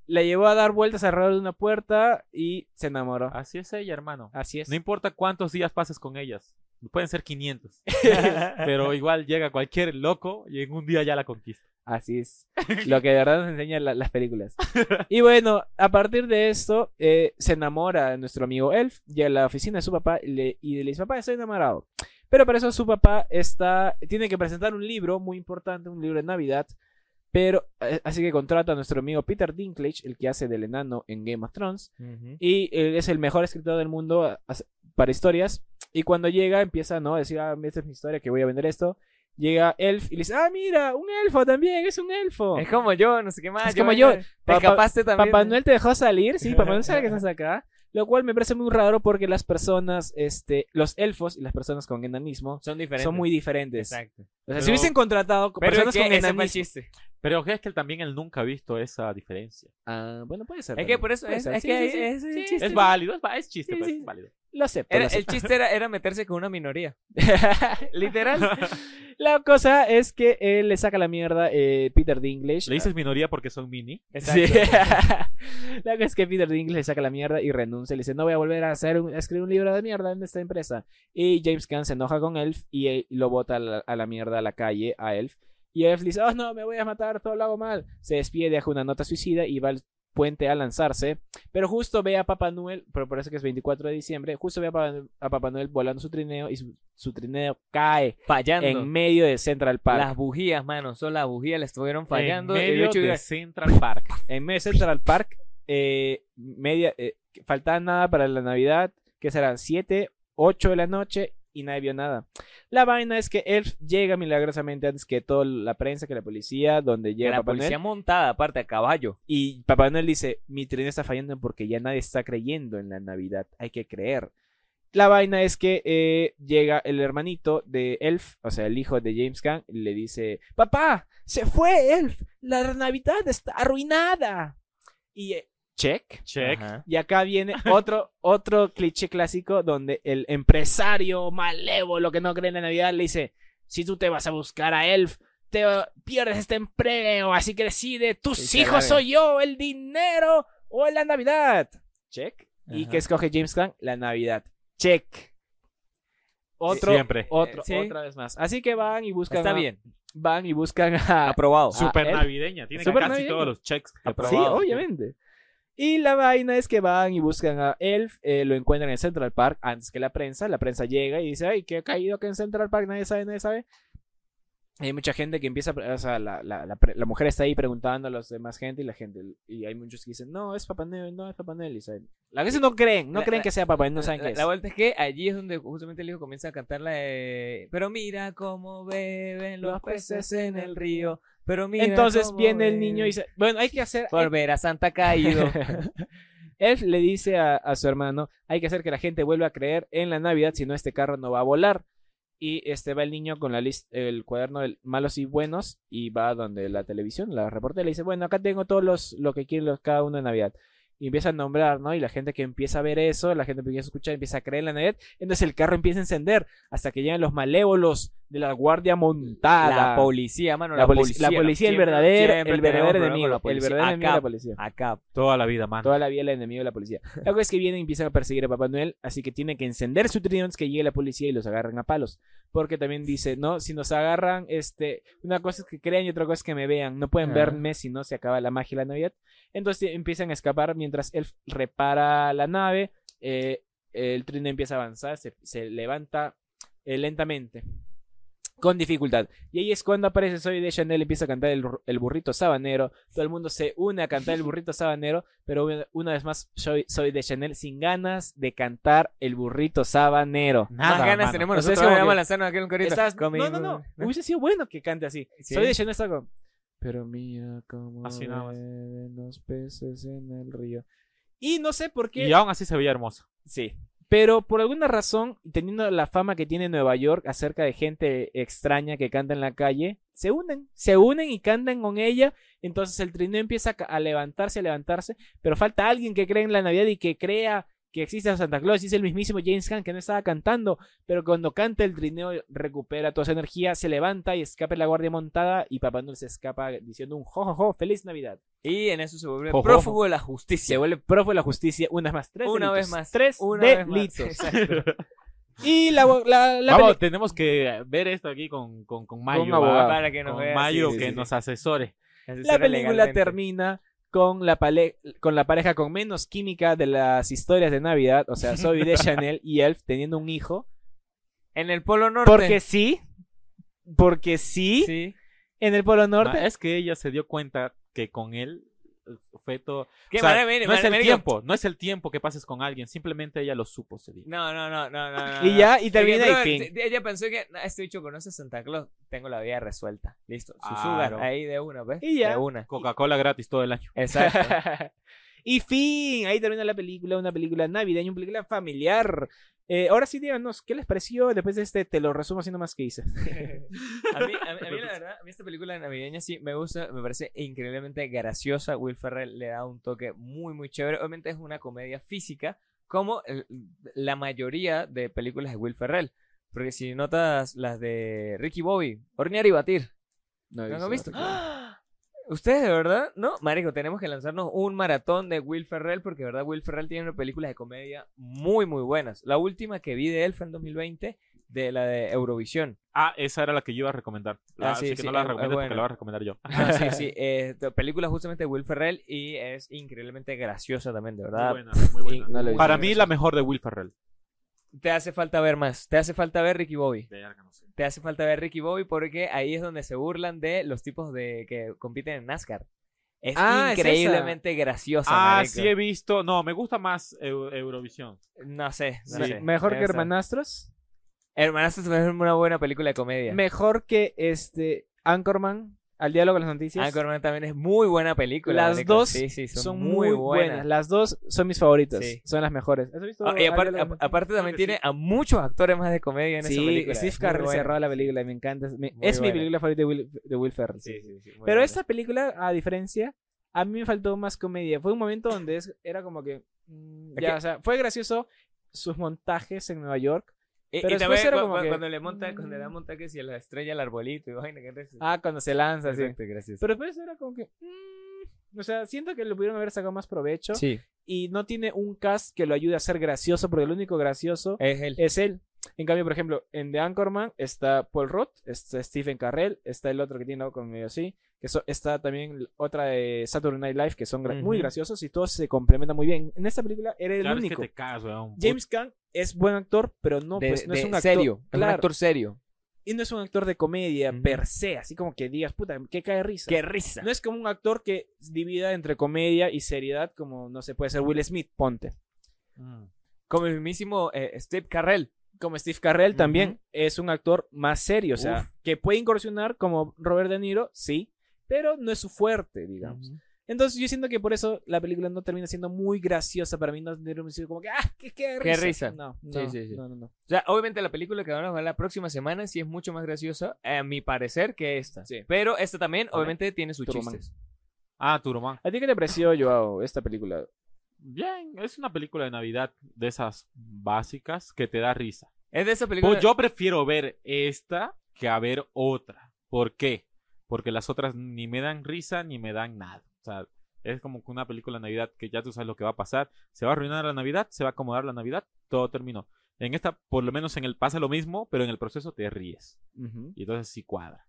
S1: la llevó a dar vueltas alrededor de una puerta y se enamoró.
S3: Así es ella, hermano.
S1: Así es.
S3: No importa cuántos días pases con ellas. Pueden
S1: (laughs)
S3: ser 500. pero igual llega cualquier loco y en un día ya la conquista.
S1: Así es. Lo que de verdad nos enseñan la- las películas. Y bueno, a partir de esto, eh, se enamora de nuestro amigo Elf. Llega a la oficina de su papá y le, y le dice, papá, estoy enamorado. Pero para eso su papá está, tiene que presentar un libro muy importante, un libro de Navidad. Pero, eh, así que contrata a nuestro amigo Peter Dinklage, el que hace del enano en Game of Thrones. Y él es el mejor escritor del mundo a- a- para historias. Y cuando llega, empieza ¿no? a decir, ah, esta es mi historia, que voy a vender esto. Llega Elf y le dice, ah, mira, un elfo también, es un elfo.
S2: Es como yo, no sé qué más.
S1: Oh. Es como yo.
S2: Te
S1: Papá-
S2: escapaste también.
S1: Papá Noel te dejó salir, sí, Papá Noel sabe
S2: (laughs)
S1: que estás acá. Lo cual me parece muy raro porque las personas, este, los elfos y las personas con enanismo
S2: Son diferentes.
S1: son muy diferentes.
S2: Exacto.
S1: O sea, si
S3: Pero-
S1: hubiesen contratado con
S2: Pero
S1: personas
S2: es
S1: con
S2: que ese fue el
S1: enanismo.
S2: chiste.
S3: Pero es que él también él nunca ha visto esa diferencia.
S1: Ah, bueno, puede ser.
S2: Es
S1: también.
S2: que por eso
S1: Puede
S2: es-
S1: ser,
S2: es
S1: sí,
S2: que
S1: sí, sí.
S2: es- es
S1: Sí,
S2: chiste.
S1: sí,
S3: Es
S1: sí.
S3: válido, es, va- es chiste,
S1: Sí,
S3: pues,
S1: sí.
S3: es válido.
S1: Lo acepto.
S2: Era-
S1: lo acepto.
S2: el chiste era, era meterse con
S1: (laughs)
S2: una minoría. Literal.
S1: La cosa es que él le saca la mierda eh, Peter Dinklage.
S3: Le dices minoría porque son mini.
S1: (laughs) Sí.
S2: Exacto.
S1: (laughs) La cosa es que Peter Dinklage le saca la mierda y renuncia. Le dice, no voy a volver a, hacer un- a escribir un libro de mierda en esta empresa. Y James Caan se enoja con Elf y él lo bota a la, a la mierda a la calle a Elf. Y Elf dice, oh no, me voy a matar, todo lo hago mal. Se despide, deja una nota suicida y va al puente a lanzarse. Pero justo ve a Papá Noel, pero parece que es 24 de diciembre, justo ve a Papá, a Papá Noel volando su trineo y su, su trineo cae
S2: Fallando.
S1: en medio de Central Park.
S2: Las bujías, mano. Solo las bujías le estuvieron fallando.
S3: En
S2: y el
S3: medio
S2: bicho iba-
S3: de Central Park.
S1: en medio de Central Park, eh, media, eh, faltaba nada para la Navidad, que serán 7, 8 de la noche y nadie vio nada. La vaina es que Elf llega milagrosamente antes que toda la prensa, que la policía, donde
S2: que
S1: llega
S2: la
S1: Papá Noel,
S2: policía montada, aparte, a caballo.
S1: Y Papá Noel dice, mi tren está fallando porque ya nadie está creyendo en la Navidad, hay que creer. La vaina es que eh, llega el hermanito de Elf, o sea, el hijo de James Caan, y le dice, papá, se fue Elf, la Navidad está arruinada. Y eh, check.
S3: Check.
S2: Ajá.
S1: Y acá viene otro, otro cliché clásico donde el empresario malévolo que no cree en la Navidad le dice, si tú te vas a buscar a Elf, te pierdes este empleo, así que decide, tus
S2: Y se
S1: hijos
S2: larga.
S1: soy yo, el dinero o la Navidad. Check. ¿Y
S2: Ajá.
S1: que escoge James Caan? La Navidad. Check. Otro,
S3: Siempre.
S1: otro,
S2: Eh, sí.
S1: otra vez más. Así que van y buscan
S2: Está
S1: a-
S2: bien.
S1: van y buscan a...
S2: Aprobado.
S1: Ah,
S3: Super
S1: él-
S3: navideña. Tiene
S1: Super
S3: casi
S1: navideña.
S3: todos los checks.
S1: Sí,
S3: aprobados.
S1: obviamente. Y la vaina es que van y buscan a Elf, eh, lo encuentran en Central Park antes que la prensa. La prensa llega y dice, ay, que ha caído que en Central Park, nadie sabe, nadie sabe. Hay mucha gente que empieza, a pre- o sea, la, la- la pre- la mujer está ahí preguntando a los demás gente y la gente, y hay muchos que dicen, no, es Papá Noel, no, es Papá Noel. Y saben- A veces no creen, no
S2: La-
S1: creen
S2: la-
S1: que sea Papá Noel, no
S2: La-
S1: saben
S2: la,
S1: qué es.
S2: la vuelta es que allí es donde justamente el hijo comienza a cantar la de... Pero mira cómo beben los
S1: Los
S2: peces
S1: peces
S2: en el río. Pero mira
S1: Entonces
S2: cómo
S1: viene el
S2: beben".
S1: niño y dice, bueno, hay que hacer...
S2: Por ver a Santa
S1: (laughs)
S2: caído.
S1: Elf le dice a, a su hermano, hay que hacer que la gente vuelva a creer en la Navidad, si no este carro no va a volar. Y este va el niño con la lis- el cuaderno de malos y buenos y va donde la televisión, la reportera le dice, bueno, acá tengo todos los lo que quieren los- cada uno de Navidad. Y empieza a nombrar, ¿no? Y la gente que empieza a ver eso, la gente que empieza a escuchar, empieza a creer en la Navidad. Entonces el carro empieza a encender hasta que llegan los malévolos de la guardia montada.
S2: la policía, mano.
S1: La polic- la policía, el
S2: Siempre-
S1: verdadero,
S2: siempre
S1: el
S2: tenemos
S1: verdadero
S2: problema
S1: enemigo.
S2: con la
S1: el
S2: policía.
S1: verdadero enemigo de la
S2: Acá,
S1: policía.
S2: acá.
S3: Toda la vida, mano.
S1: Toda la vida el enemigo de la policía. La cosa es que vienen y empiezan a perseguir a Papá Noel, así que tiene que encender su trinón antes que llegue la policía y los agarran a palos. Porque también dice, no, si nos agarran, este, una cosa es que crean y otra cosa es que me vean. No pueden
S2: Ah.
S1: verme si no se acaba la magia de la Navidad. Entonces empiezan a escapar mientras él repara la nave. eh, el trineo empieza a avanzar, se, se levanta eh, lentamente. Con dificultad. Y ahí es cuando aparece Soy de Chanel, empieza a cantar el, bur- el burrito sabanero. Todo el mundo se une a cantar el burrito sabanero. Pero una- una vez más, Soy, Soy de Chanel sin ganas de cantar el burrito sabanero.
S3: Nada,
S2: Más ganas
S3: mano.
S2: tenemos
S1: O sea, es
S2: nosotros.
S1: como
S2: ahora vamos
S1: que
S2: a lanzarnos aquí en un corito.
S1: Estás- no,
S2: Coming-
S1: no, no, Hubiese sido bueno que cante así.
S2: Sí.
S1: Soy de Chanel está con. Pero mira cómo
S3: Así nada más.
S1: beben los peces en el río. Y no sé por qué.
S3: Y aún así se veía hermoso.
S1: Sí. Pero por alguna razón, teniendo la fama que tiene Nueva York acerca de gente extraña que canta en la calle, se unen, se unen y cantan con ella. Entonces el trineo empieza a ca- a levantarse, a levantarse. Pero falta alguien que cree en la Navidad y que crea que existe Santa Claus. Y es el mismísimo James Gunn que no estaba cantando. Pero cuando canta el trineo recupera toda su energía, se levanta y escapa la guardia montada. Y Papá Noel se escapa diciendo un jojojo, feliz Navidad.
S2: Y en eso se vuelve
S3: Ojo.
S2: prófugo de la
S1: Se
S2: justicia.
S1: vuelve profe de la justicia una vez más. Tres
S2: Una
S1: delitos.
S2: vez más.
S1: Tres
S2: Una vez más.
S1: delitos.
S2: Exacto.
S1: Y la, la, la
S3: Vamos,
S1: peli-
S3: tenemos que ver esto aquí con, con, con Mayo.
S1: un
S3: ¿va?
S1: abogado.
S2: Para que nos
S3: Con
S2: vea.
S3: Mayo
S2: sí, sí,
S3: que
S2: sí.
S3: nos asesore.
S1: la
S2: Asesora
S1: película
S2: legalmente.
S1: termina con la, pale- con la pareja con menos química de las historias de Navidad, o sea, Zoe
S2: (laughs)
S1: de Chanel y Elf teniendo un hijo.
S2: En el Polo Norte.
S1: Porque sí, porque sí,
S2: Sí.
S1: en el Polo Norte.
S3: Ma- Es que ella se dio cuenta que con él el feto
S2: Qué
S3: o sea,
S2: manera, mire,
S3: no es
S2: manera,
S3: el
S2: mire,
S3: tiempo no es el tiempo que pases con alguien simplemente ella lo supo ese día.
S2: No, no, no, no, no. no,
S1: Y
S2: no.
S1: ya, y
S2: Porque,
S1: termina
S2: brother,
S1: y fin.
S2: te- Ella pensó que "No, este bicho conoce a Santa Claus. Tengo la vida resuelta. Listo. Su
S3: Claro.
S2: sugar ahí de una, ¿ves?
S1: Ah, Y ya.
S2: De una.
S3: Coca-Cola gratis todo el año
S2: Exacto.
S1: (laughs) y fin, ahí termina la película, una película navideña, una película familiar. Eh, ahora sí, díganos, ¿qué les pareció? Después de este, te lo resumo así nomás que hice.
S2: a, mí, a, mí, a mí, la verdad, a mí esta película navideña sí me gusta, me parece increíblemente graciosa. Will Ferrell le da un toque muy, muy chévere. Obviamente es una comedia física, como el- la mayoría de películas de Will Ferrell. Porque si notas las de Ricky Bobby, Hornear y Batir, ¿no han visto? ¡Ah! Ustedes, de verdad, no, Marico, tenemos que lanzarnos un maratón de Will Ferrell porque, de verdad, Will Ferrell tiene unas películas de comedia muy, muy buenas. La última que vi de él fue en 2020, de la de Eurovisión.
S3: ah esa era la que yo iba a recomendar
S2: Ah,
S3: así
S2: sí,
S3: que
S2: sí,
S3: no la
S1: eh,
S2: es- es
S3: recomiendo
S2: buena.
S3: porque la voy a recomendar yo
S2: Ah, sí,
S1: (laughs)
S2: sí. eh, t- película justamente de Will Ferrell y es increíblemente graciosa también, de verdad.
S3: muy buena muy buena
S2: Y-
S1: No la he visto.
S3: para mí la mejor de Will Ferrell
S2: Te hace falta ver más. Te hace falta ver Ricky Bobby. Te hace falta ver Ricky Bobby porque ahí es donde se burlan de los tipos de que compiten en NASCAR. Es
S1: Ah, es esa.
S2: increíblemente graciosa.
S3: ah
S2: marico.
S3: sí he visto no me gusta más Eu- Eurovisión
S2: No sé. no
S1: Me-
S2: sé.
S1: Mejor que
S2: Esa.
S1: Hermanastros.
S2: Hermanastros es una buena película de comedia.
S1: Mejor que este Anchorman, al diálogo con las noticias.
S2: Anchorman también es muy buena película.
S1: Las
S2: marico.
S1: dos
S2: Sí, sí, son,
S1: son muy buenas. Las dos son mis favoritas.
S2: Sí.
S1: Son las mejores. ¿Has visto
S2: Ah, y
S1: al
S2: apar-
S1: diálogo con
S2: a- aparte también
S3: que sí.
S2: tiene a muchos actores más de comedia en
S1: las noticias?
S2: esa película.
S1: Sí, Steve
S2: es muy
S1: Carell
S2: buena.
S1: cerró la película. Me encanta. Me-
S2: Muy
S1: es mi
S2: buena.
S1: película favorita de Will, de Will Ferrell.
S2: Sí, sí, sí, muy
S1: Pero
S2: buena.
S1: esta película, a diferencia, a mí me faltó más comedia. Fue un momento donde es- era como que. mm,
S2: Es
S1: ya,
S2: que-
S1: o sea, fue gracioso sus montajes en Nueva York.
S2: Y,
S1: pero
S2: y
S1: después
S2: también
S1: era
S2: cu-
S1: como
S2: cu-
S1: que-
S2: cuando le monta, cuando le da montajes y la estrella al arbolito y vaina que entonces-
S1: Ah, cuando se lanza, sí.
S2: Exacto, gracias.
S1: Pero después era como que. mm, o sea, siento que lo pudieron haber sacado más provecho.
S2: sí,
S1: y no tiene un cast que lo ayude a ser gracioso, porque el único gracioso
S2: es él.
S1: es él. En cambio, por ejemplo, en The Anchorman está Paul Roth, está Stephen Carrell, está el otro que tiene con medio así, que so- está también otra de Saturday Night Live, que son gra- muy
S2: Ujú.
S1: graciosos y todos se complementan muy bien. En esta película eres el
S3: Claro, es
S1: único.
S3: que te cagas, weón.
S1: James Caan es buen actor, pero no,
S2: De-
S1: pues, no es
S2: de
S1: un actor
S2: serio, es un
S1: claro.
S2: actor serio.
S1: Y no es un actor de comedia
S2: Ujú.
S1: per se, así como que digas, puta, que cae risa.
S2: risa!
S1: No es como un actor que divida entre comedia y seriedad, como no se puede ser Will Smith, ponte.
S3: Mm.
S2: Como el mismísimo eh, Steve Carrell.
S1: Como Steve Carrell también
S2: Ujú.
S1: es un actor más serio, o sea,
S2: Uf.
S1: que puede incursionar como Robert De Niro, sí, pero no es su fuerte, digamos. Entonces yo siento que por eso la película no termina siendo muy graciosa para mí, no termina siendo como que, ah, qué, qué risa.
S2: risa.
S1: No, no,
S2: Sí, sí, sí.
S1: no, no, no.
S2: O sea, obviamente la película que vamos a ver la próxima semana sí es mucho más graciosa, a mi parecer, que esta.
S1: Sí.
S2: Pero esta también, obviamente, tiene sus
S1: Turboman.
S2: chistes.
S3: Ah, Turomán.
S1: ¿A ti qué te pareció, Joao, esta película?
S3: Bien, es una película de Navidad de esas básicas que te da risa.
S2: Es de esa película.
S3: Pues yo prefiero ver esta que a ver otra. ¿Por qué? Porque las otras ni me dan risa ni me dan nada. O sea, es como que una película de Navidad que ya tú sabes lo que va a pasar. Se va a arruinar la Navidad, se va a acomodar la Navidad, todo terminó. En esta, por lo menos en el pasa lo mismo, pero en el proceso te ríes.
S1: (laughs) Ujú.
S3: Y entonces sí cuadra.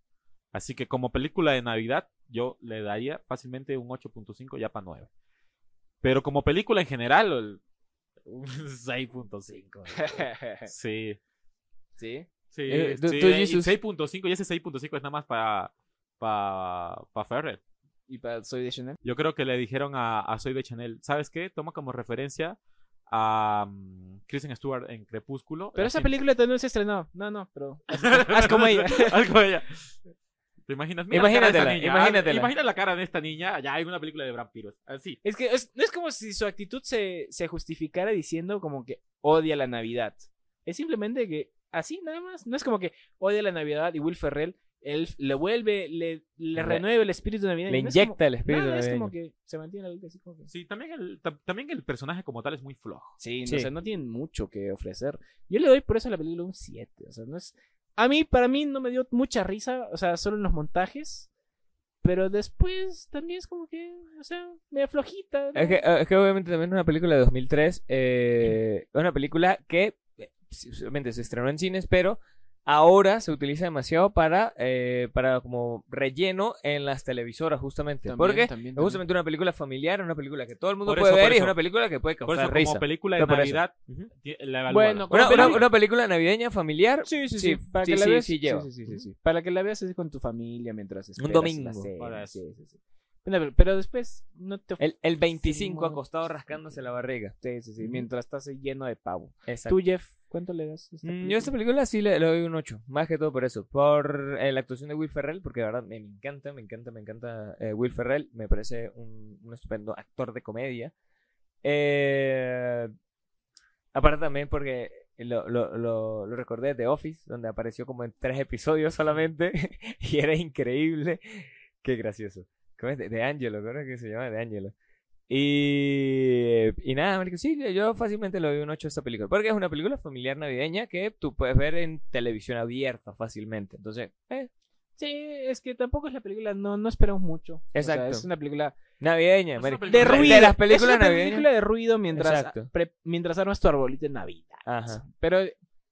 S3: Así que como película de Navidad, yo le daría fácilmente un 8.5 ya para 9. Pero como película en general, el- (laughs) un 6.5. Sí.
S2: Sí.
S3: Sí,
S2: Eh,
S3: sí,
S2: tú- tú,
S3: eh, y
S2: Jesus.
S3: 6.5 y ese 6.5 es nada más para para Ferrer.
S1: ¿Y para Soy de Chanel?
S3: Yo creo que le dijeron a, a Soy de Chanel, ¿sabes qué? Toma como referencia a mm, Kristen Stewart en Crepúsculo.
S1: Pero esa
S3: Así-
S1: película todavía no se estrenó. No, no, pero. Haz como ella.
S3: (laughs) Haz como ella. ¿Te imaginas? Mira
S2: Imagínatela,
S3: la cara de esta niña.
S2: imagínatela.
S3: Imagina la cara de esta niña. Ya hay una película de vampiros. Así.
S1: Es que es- no es como si su actitud se, se justificara diciendo como que odia la Navidad. Es simplemente que así nada más. No es como que odia la Navidad y Will Ferrell él le vuelve, le, le
S2: Le-
S1: renueva el espíritu navideño.
S2: Le
S1: No es como-
S2: inyecta el espíritu
S1: nada, es
S2: navideño.
S1: como que se mantiene la vida así como que-
S3: Sí, también el, tam- también el personaje como tal es muy flojo.
S1: Sí, no,
S2: Sí.
S1: o sea, no tienen mucho que ofrecer. Yo le doy por eso a la película un 7. O sea, no es. A mí, para mí, no me dio mucha risa. O sea, solo en los montajes. Pero después también es como que. O sea, me flojita. ¿no?
S2: Es que, eh, es que obviamente también es una película de 2003. eh, una película que eh, sí, obviamente se estrenó en cines, pero ahora se utiliza demasiado para, eh, para como relleno en las televisoras, justamente.
S1: También,
S2: porque
S1: también,
S2: es
S1: también.
S2: justamente una película familiar, una película que todo el mundo
S3: Por
S2: puede
S3: eso, por
S2: ver y es
S3: eso.
S2: una película que puede
S3: Por
S2: causar
S3: eso,
S2: risa.
S3: como película de
S2: Pero por eso.
S3: Navidad,
S2: Ujú.
S3: ti- la evaluaron.
S1: Bueno,
S2: Una,
S1: como
S2: una-
S1: peli-
S3: (laughs)
S2: una película navideña familiar.
S1: Sí, sí,
S2: sí,
S1: sí. Para
S2: sí,
S1: que la
S2: sí,
S1: veas.
S2: sí lleva.
S1: sí, sí, sí, sí. Para que la veas así con tu familia mientras esperas
S2: domingo.
S1: la serie,
S3: Ahora
S1: sí, sí, sí. Pero, pero después no te
S2: El, el 25
S1: Sí,
S2: acostado rascándose la barriga.
S1: sí, sí, sí,
S2: Ujú.
S1: mientras estás lleno de pavo.
S2: Exacto.
S1: Tú, Jeff, ¿cuánto le das? a esta
S2: Mm, Yo
S1: película?
S2: a esta película sí le, le doy un 8, más que todo por eso, por eh, la actuación de Will Ferrell, porque la verdad me encanta, me encanta, me encanta eh, Will Ferrell, me parece un, un estupendo actor de comedia. Eh, aparte también porque lo, lo- lo- lo recordé de The Office, donde apareció como en tres episodios solamente (laughs) y era increíble, qué gracioso. ¿Cómo es? De, de Angelo, ¿cómo es que se llama? De Angelo. Y, y nada, marico, sí, yo fácilmente le doy un 8 a esta película. Porque es una película familiar navideña que tú puedes ver en televisión abierta fácilmente. Entonces, eh,
S1: Sí, es que tampoco es la película, no, no esperamos mucho. O sea,
S2: Exacto.
S1: es una película
S2: navideña,
S3: Es una
S2: marico.
S3: película De ruido.
S1: es
S2: las
S1: una
S2: películas
S1: película
S2: navideñas.
S1: de ruido mientras,
S2: Exacto.
S1: pre- mientras armas tu arbolito de Navidad.
S2: Ajá.
S1: Pero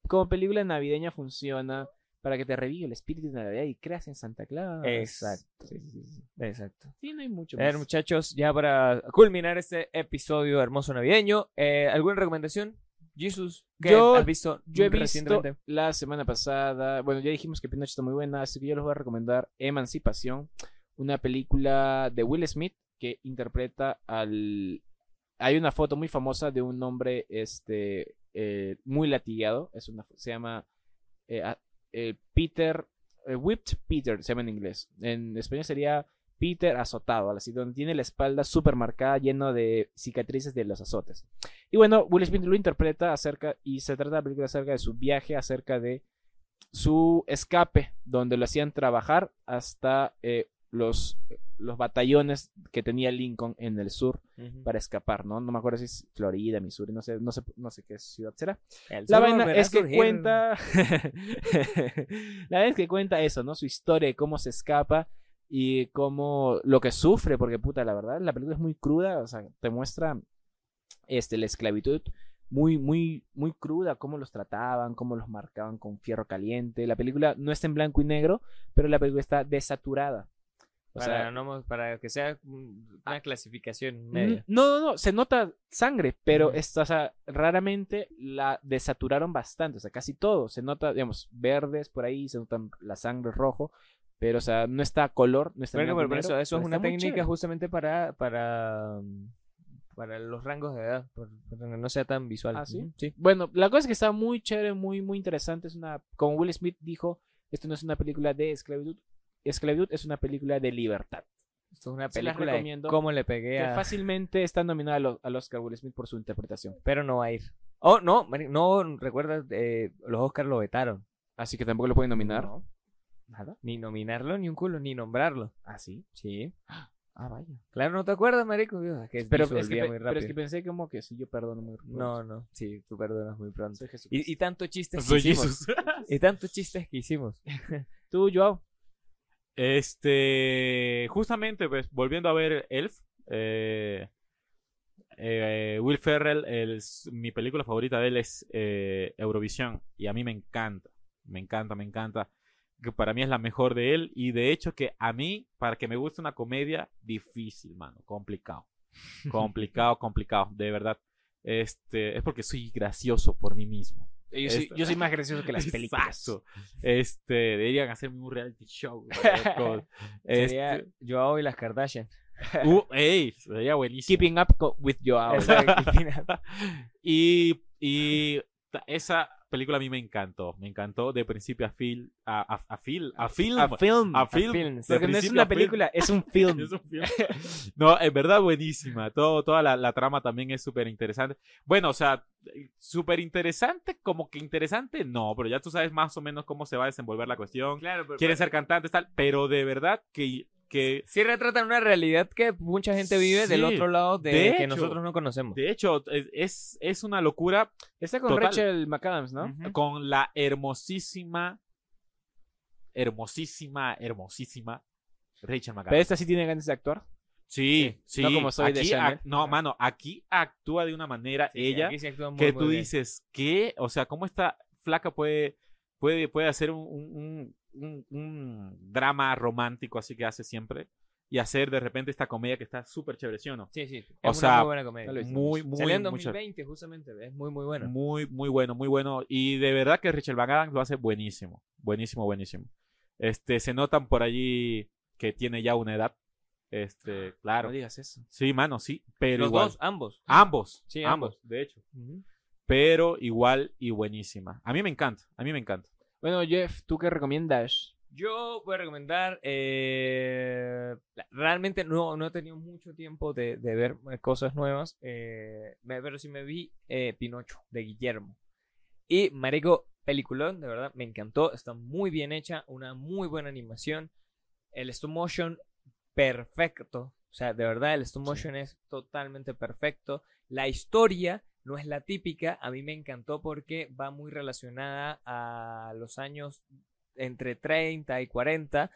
S1: como película navideña funciona para que te revive el espíritu de Navidad y creas en Santa Claus.
S2: Exacto.
S1: Sí, sí, sí, sí.
S2: Exacto.
S1: Sí, no hay mucho
S2: A ver,
S1: más.
S2: muchachos, ya para culminar este episodio hermoso navideño, eh, ¿alguna recomendación? Jesus, ¿qué
S1: Yo-
S2: has visto
S1: Yo he visto
S2: recientemente?
S1: la semana pasada, bueno, ya dijimos que Pinocho está muy buena, así que yo les voy a recomendar Emancipación, una película de Will Smith que interpreta al... Hay una foto muy famosa de un hombre este, eh, muy latigado, es una, se llama eh, a- eh, Peter, eh, Whipped Peter, se llama en inglés. En español sería Peter azotado, así donde tiene la espalda súper marcada, lleno de cicatrices de los azotes. Y bueno, Will Smith lo interpreta acerca, y se trata la película acerca de su viaje, acerca de su escape, donde lo hacían trabajar hasta eh, los, los batallones que tenía Lincoln en el sur
S2: Ujú.
S1: para escapar, ¿no? No me acuerdo si es Florida, Missouri, no sé, no sé, no sé qué ciudad será.
S2: El
S1: La
S2: sol
S1: vaina
S2: volverá a
S1: es que
S2: surgir.
S1: cuenta. la vaina es que cuenta eso, ¿no? Su historia, y cómo se escapa y cómo lo que sufre, porque puta, la verdad, la película es muy cruda, o sea, te muestra este, la esclavitud, muy, muy, muy cruda cómo los trataban, cómo los marcaban con fierro caliente. La película no está en blanco y negro, pero la película está desaturada. O
S2: para,
S1: sea, ah,
S2: no mo- para que sea un- una clasificación
S1: n-
S2: media.
S1: no, no, no, se nota sangre, pero
S2: Ujú.
S1: esta, o sea, raramente la desaturaron bastante, o sea, casi todo. Se nota, digamos, verdes por ahí, se notan la sangre rojo, pero, o sea, no está color, no está en
S2: Bueno,
S1: blanco y
S2: pero por eso,
S1: negro,
S2: eso es
S1: pero
S2: una
S1: está muy
S2: técnica
S1: chévere.
S2: justamente para, para, mm, para los rangos de edad, por- para que no sea tan visual.
S1: ¿Ah, sí?
S2: Ujú, Sí.
S1: Bueno, la cosa es que está muy chévere, muy, muy interesante. Es una, como Will Smith dijo, esto no es una película de esclavitud. Esclavitud es una película de libertad.
S2: Esto es una
S1: Se las
S2: película de
S1: recomiendo.
S2: cómo le pegué
S1: Que
S2: a...
S1: fácilmente está nominada al- al Oscar Will Smith por su interpretación.
S2: Pero no va a ir. Oh, no, mari- no, recuerda, eh, los Oscars lo vetaron.
S1: Así que tampoco lo pueden nominar.
S2: No,
S1: Nada.
S2: ni nominarlo, ni un culo, ni nombrarlo.
S1: Ah, sí.
S2: Sí.
S1: Ah, vaya.
S2: Claro, ¿no te acuerdas, marico? Dios, es que
S1: Pero
S2: se me
S1: es, que,
S2: olvida
S1: pe-
S2: muy
S1: pero es que
S2: rápido.
S1: pensé como que si yo perdono muy rápido.
S2: No, no, sí, tú perdonas muy pronto.
S1: Soy Jesús.
S2: Y, y tantos chistes que
S3: Soy
S2: hicimos.
S3: Jesús.
S2: Y tantos chistes que
S1: (laughs)
S2: hicimos.
S1: Tú, Joao.
S3: Este, justamente, pues, volviendo a ver Elf, eh, eh, Will Ferrell, el- mi película favorita de él es eh, Eurovisión y a mí me encanta, me encanta, me encanta, que para mí es la mejor de él y de hecho que a mí, para que me guste una comedia, difícil, mano, complicado, complicado, complicado, de verdad. Este, es porque soy gracioso por mí mismo.
S1: Eh, Yo
S3: soy- yo soy
S1: más gracioso que
S2: (laughs)
S3: Exacto. Este, deberían hacerme un reality show.
S1: (laughs)
S3: ¿verdad? Con-
S2: Sería
S3: este,
S2: Joao y las Kardashian.
S3: Uh, ey, sería buenísimo.
S1: Keeping up co- with
S2: (laughs)
S1: Joao.
S3: (laughs) y, y ta- esa película a mí me encantó. Me encantó de principio a film. A, a, a film. A
S1: (laughs)
S3: film.
S1: A film.
S3: a film,
S2: films.
S3: de
S1: Porque no es
S3: principio a
S1: una
S3: film.
S1: película, es un film. (laughs)
S3: Es un film. No, en verdad buenísima. Todo, toda la, la trama también es súper interesante. Bueno, o sea, súper interesante, como que interesante, no, pero ya tú sabes más o menos cómo se va a desenvolver la cuestión.
S2: Claro, pero.
S3: Quieren ser cantantes, tal, pero de verdad que, que
S2: Sí retratan una realidad que mucha gente vive del
S3: Sí,
S2: otro lado de,
S3: de
S2: que
S3: hecho.
S2: nosotros no conocemos.
S3: de hecho es- es, es una locura
S1: Está con
S3: Total.
S1: Rachel McAdams, ¿no?
S2: Ujú.
S3: con la hermosísima, hermosísima, hermosísima
S1: Pero
S3: Rachel McAdams.
S1: esta sí tiene ganas de actuar.
S3: Sí, sí.
S1: no como soy de
S3: Aquí
S1: Chanel.
S3: ac- no, mano, aquí actúa de una manera
S2: Sí, sí,
S3: ella
S2: aquí se actúa muy,
S3: que
S2: muy
S3: tú
S2: bien.
S3: dices, ¿qué? O sea, ¿cómo esta flaca puede, puede, puede hacer un, un- un- un- un drama romántico así que hace siempre? Y hacer de repente esta comedia que está súper chévere, ¿sí o no?
S2: Sí, sí. Es
S3: O
S2: una
S3: sea,
S2: muy buena comedia.
S1: no lo he visto.
S3: Muy, muy,
S2: Salió en
S3: muy chévere.
S2: 2020, justamente. Es muy, muy bueno.
S3: Muy, muy bueno, muy bueno. Y de verdad que Richard Van Adams lo hace buenísimo. Buenísimo, buenísimo. Este, se notan por allí que tiene ya una edad. Este, claro.
S1: No digas eso.
S3: Sí, mano, sí. Pero
S2: Ah, Los
S3: igual.
S2: dos, ambos.
S3: Ambos.
S2: Sí,
S3: ambos, de hecho. Pero igual y buenísima. A mí me encanta. A mí me encanta.
S1: Bueno, Jeff, ¿tú qué recomiendas?
S2: (laughs) Yo voy a recomendar. eh, la- realmente no, no he tenido mucho tiempo de, de ver eh, cosas nuevas. eh, me- pero sí me vi eh, Pinocho de Guillermo. Y Marico, peliculón, de verdad, me encantó. Está muy bien hecha, una muy buena animación. El stop motion, perfecto. O sea, de verdad, el stop motion es totalmente perfecto. La historia no es la típica. A mí me encantó porque va muy relacionada a los años entre 30 y 40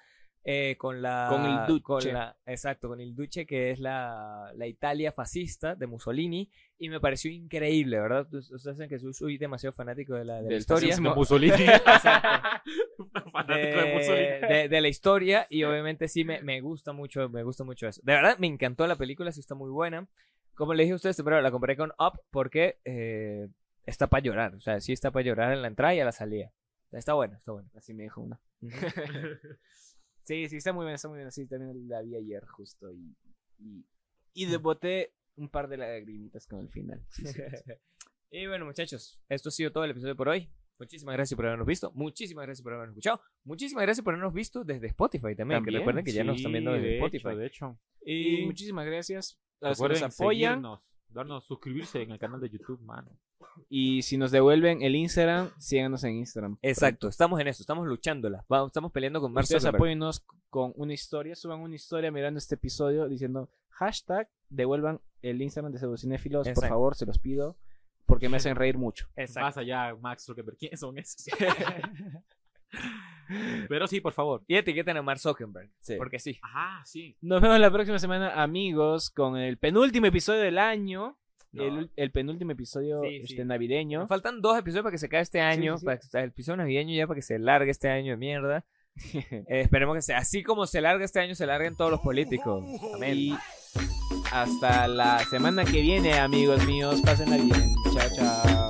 S2: eh, con la
S1: Con el Duce.
S2: con la- exacto con el Duce que es la, la Italia fascista de Mussolini y me pareció increíble verdad Pues, ustedes saben que soy, soy demasiado fanático de la, de la
S1: Del
S2: historia
S1: fascismo.
S3: De Mussolini.
S1: (laughs)
S2: (laughs) Exacto.
S3: Fanático de Mussolini.
S2: de, de- de la historia y obviamente sí me, me gusta mucho me gusta mucho eso de verdad me encantó la película sí está muy buena como le dije a ustedes pero la compré con Up porque eh, está para llorar o sea sí está para llorar en la entrada y a la salida está buena está buena
S1: Así me dijo una.
S2: (laughs)
S1: sí, sí, está muy bien, está muy bien. Sí, también la vi ayer justo y, y, y de- boté un par de lagrimitas con el final. Sí, sí.
S2: (laughs) y bueno, muchachos, esto ha sido todo el episodio por hoy. Muchísimas gracias por habernos visto. Muchísimas gracias por habernos escuchado. Muchísimas gracias por habernos visto desde Spotify también. que
S1: También,
S2: recuerden que ya nos
S3: Sí,
S2: están viendo desde
S3: de
S2: Spotify.
S3: Hecho, de hecho.
S1: Y
S2: Y
S1: muchísimas gracias a los que nos
S3: Recuerden
S1: apoyan.
S3: seguirnos, darnos suscribirse en el canal de YouTube, mano.
S1: Y si nos devuelven el Instagram, síganos en Instagram.
S2: Exacto, estamos en eso, estamos luchándola. Vamos, estamos peleando con Mark
S1: Ustedes
S2: Zuckerberg.
S1: apóyennos con una historia, suban una historia mirando este episodio diciendo hashtag devuelvan el Instagram de Pseudocinéfilos, por
S2: Exacto.
S1: favor, se los pido, porque me hacen reír (laughs) mucho.
S2: Exacto.
S3: Más allá, Max Zuckerberg. ¿Quiénes son (laughs) esos? Pero sí, por favor.
S2: Y etiquetan a Mark Zuckerberg.
S1: Sí.
S2: Porque sí.
S3: Ajá, sí.
S1: Nos vemos la próxima semana, amigos, con el penúltimo episodio del año.
S2: No.
S1: el, ul- el penúltimo episodio
S2: Sí,
S1: este,
S2: sí.
S1: navideño.
S2: Nos Faltan dos episodios para que se acabe este año,
S1: sí.
S2: para que- el episodio navideño ya para que se largue este año
S1: (laughs)
S2: de mierda. Eh, esperemos que sea así como se larga este año, se larguen todos los políticos. Amén.
S1: Y hasta la semana que viene, amigos míos. Pásenla bien. Chao, chao.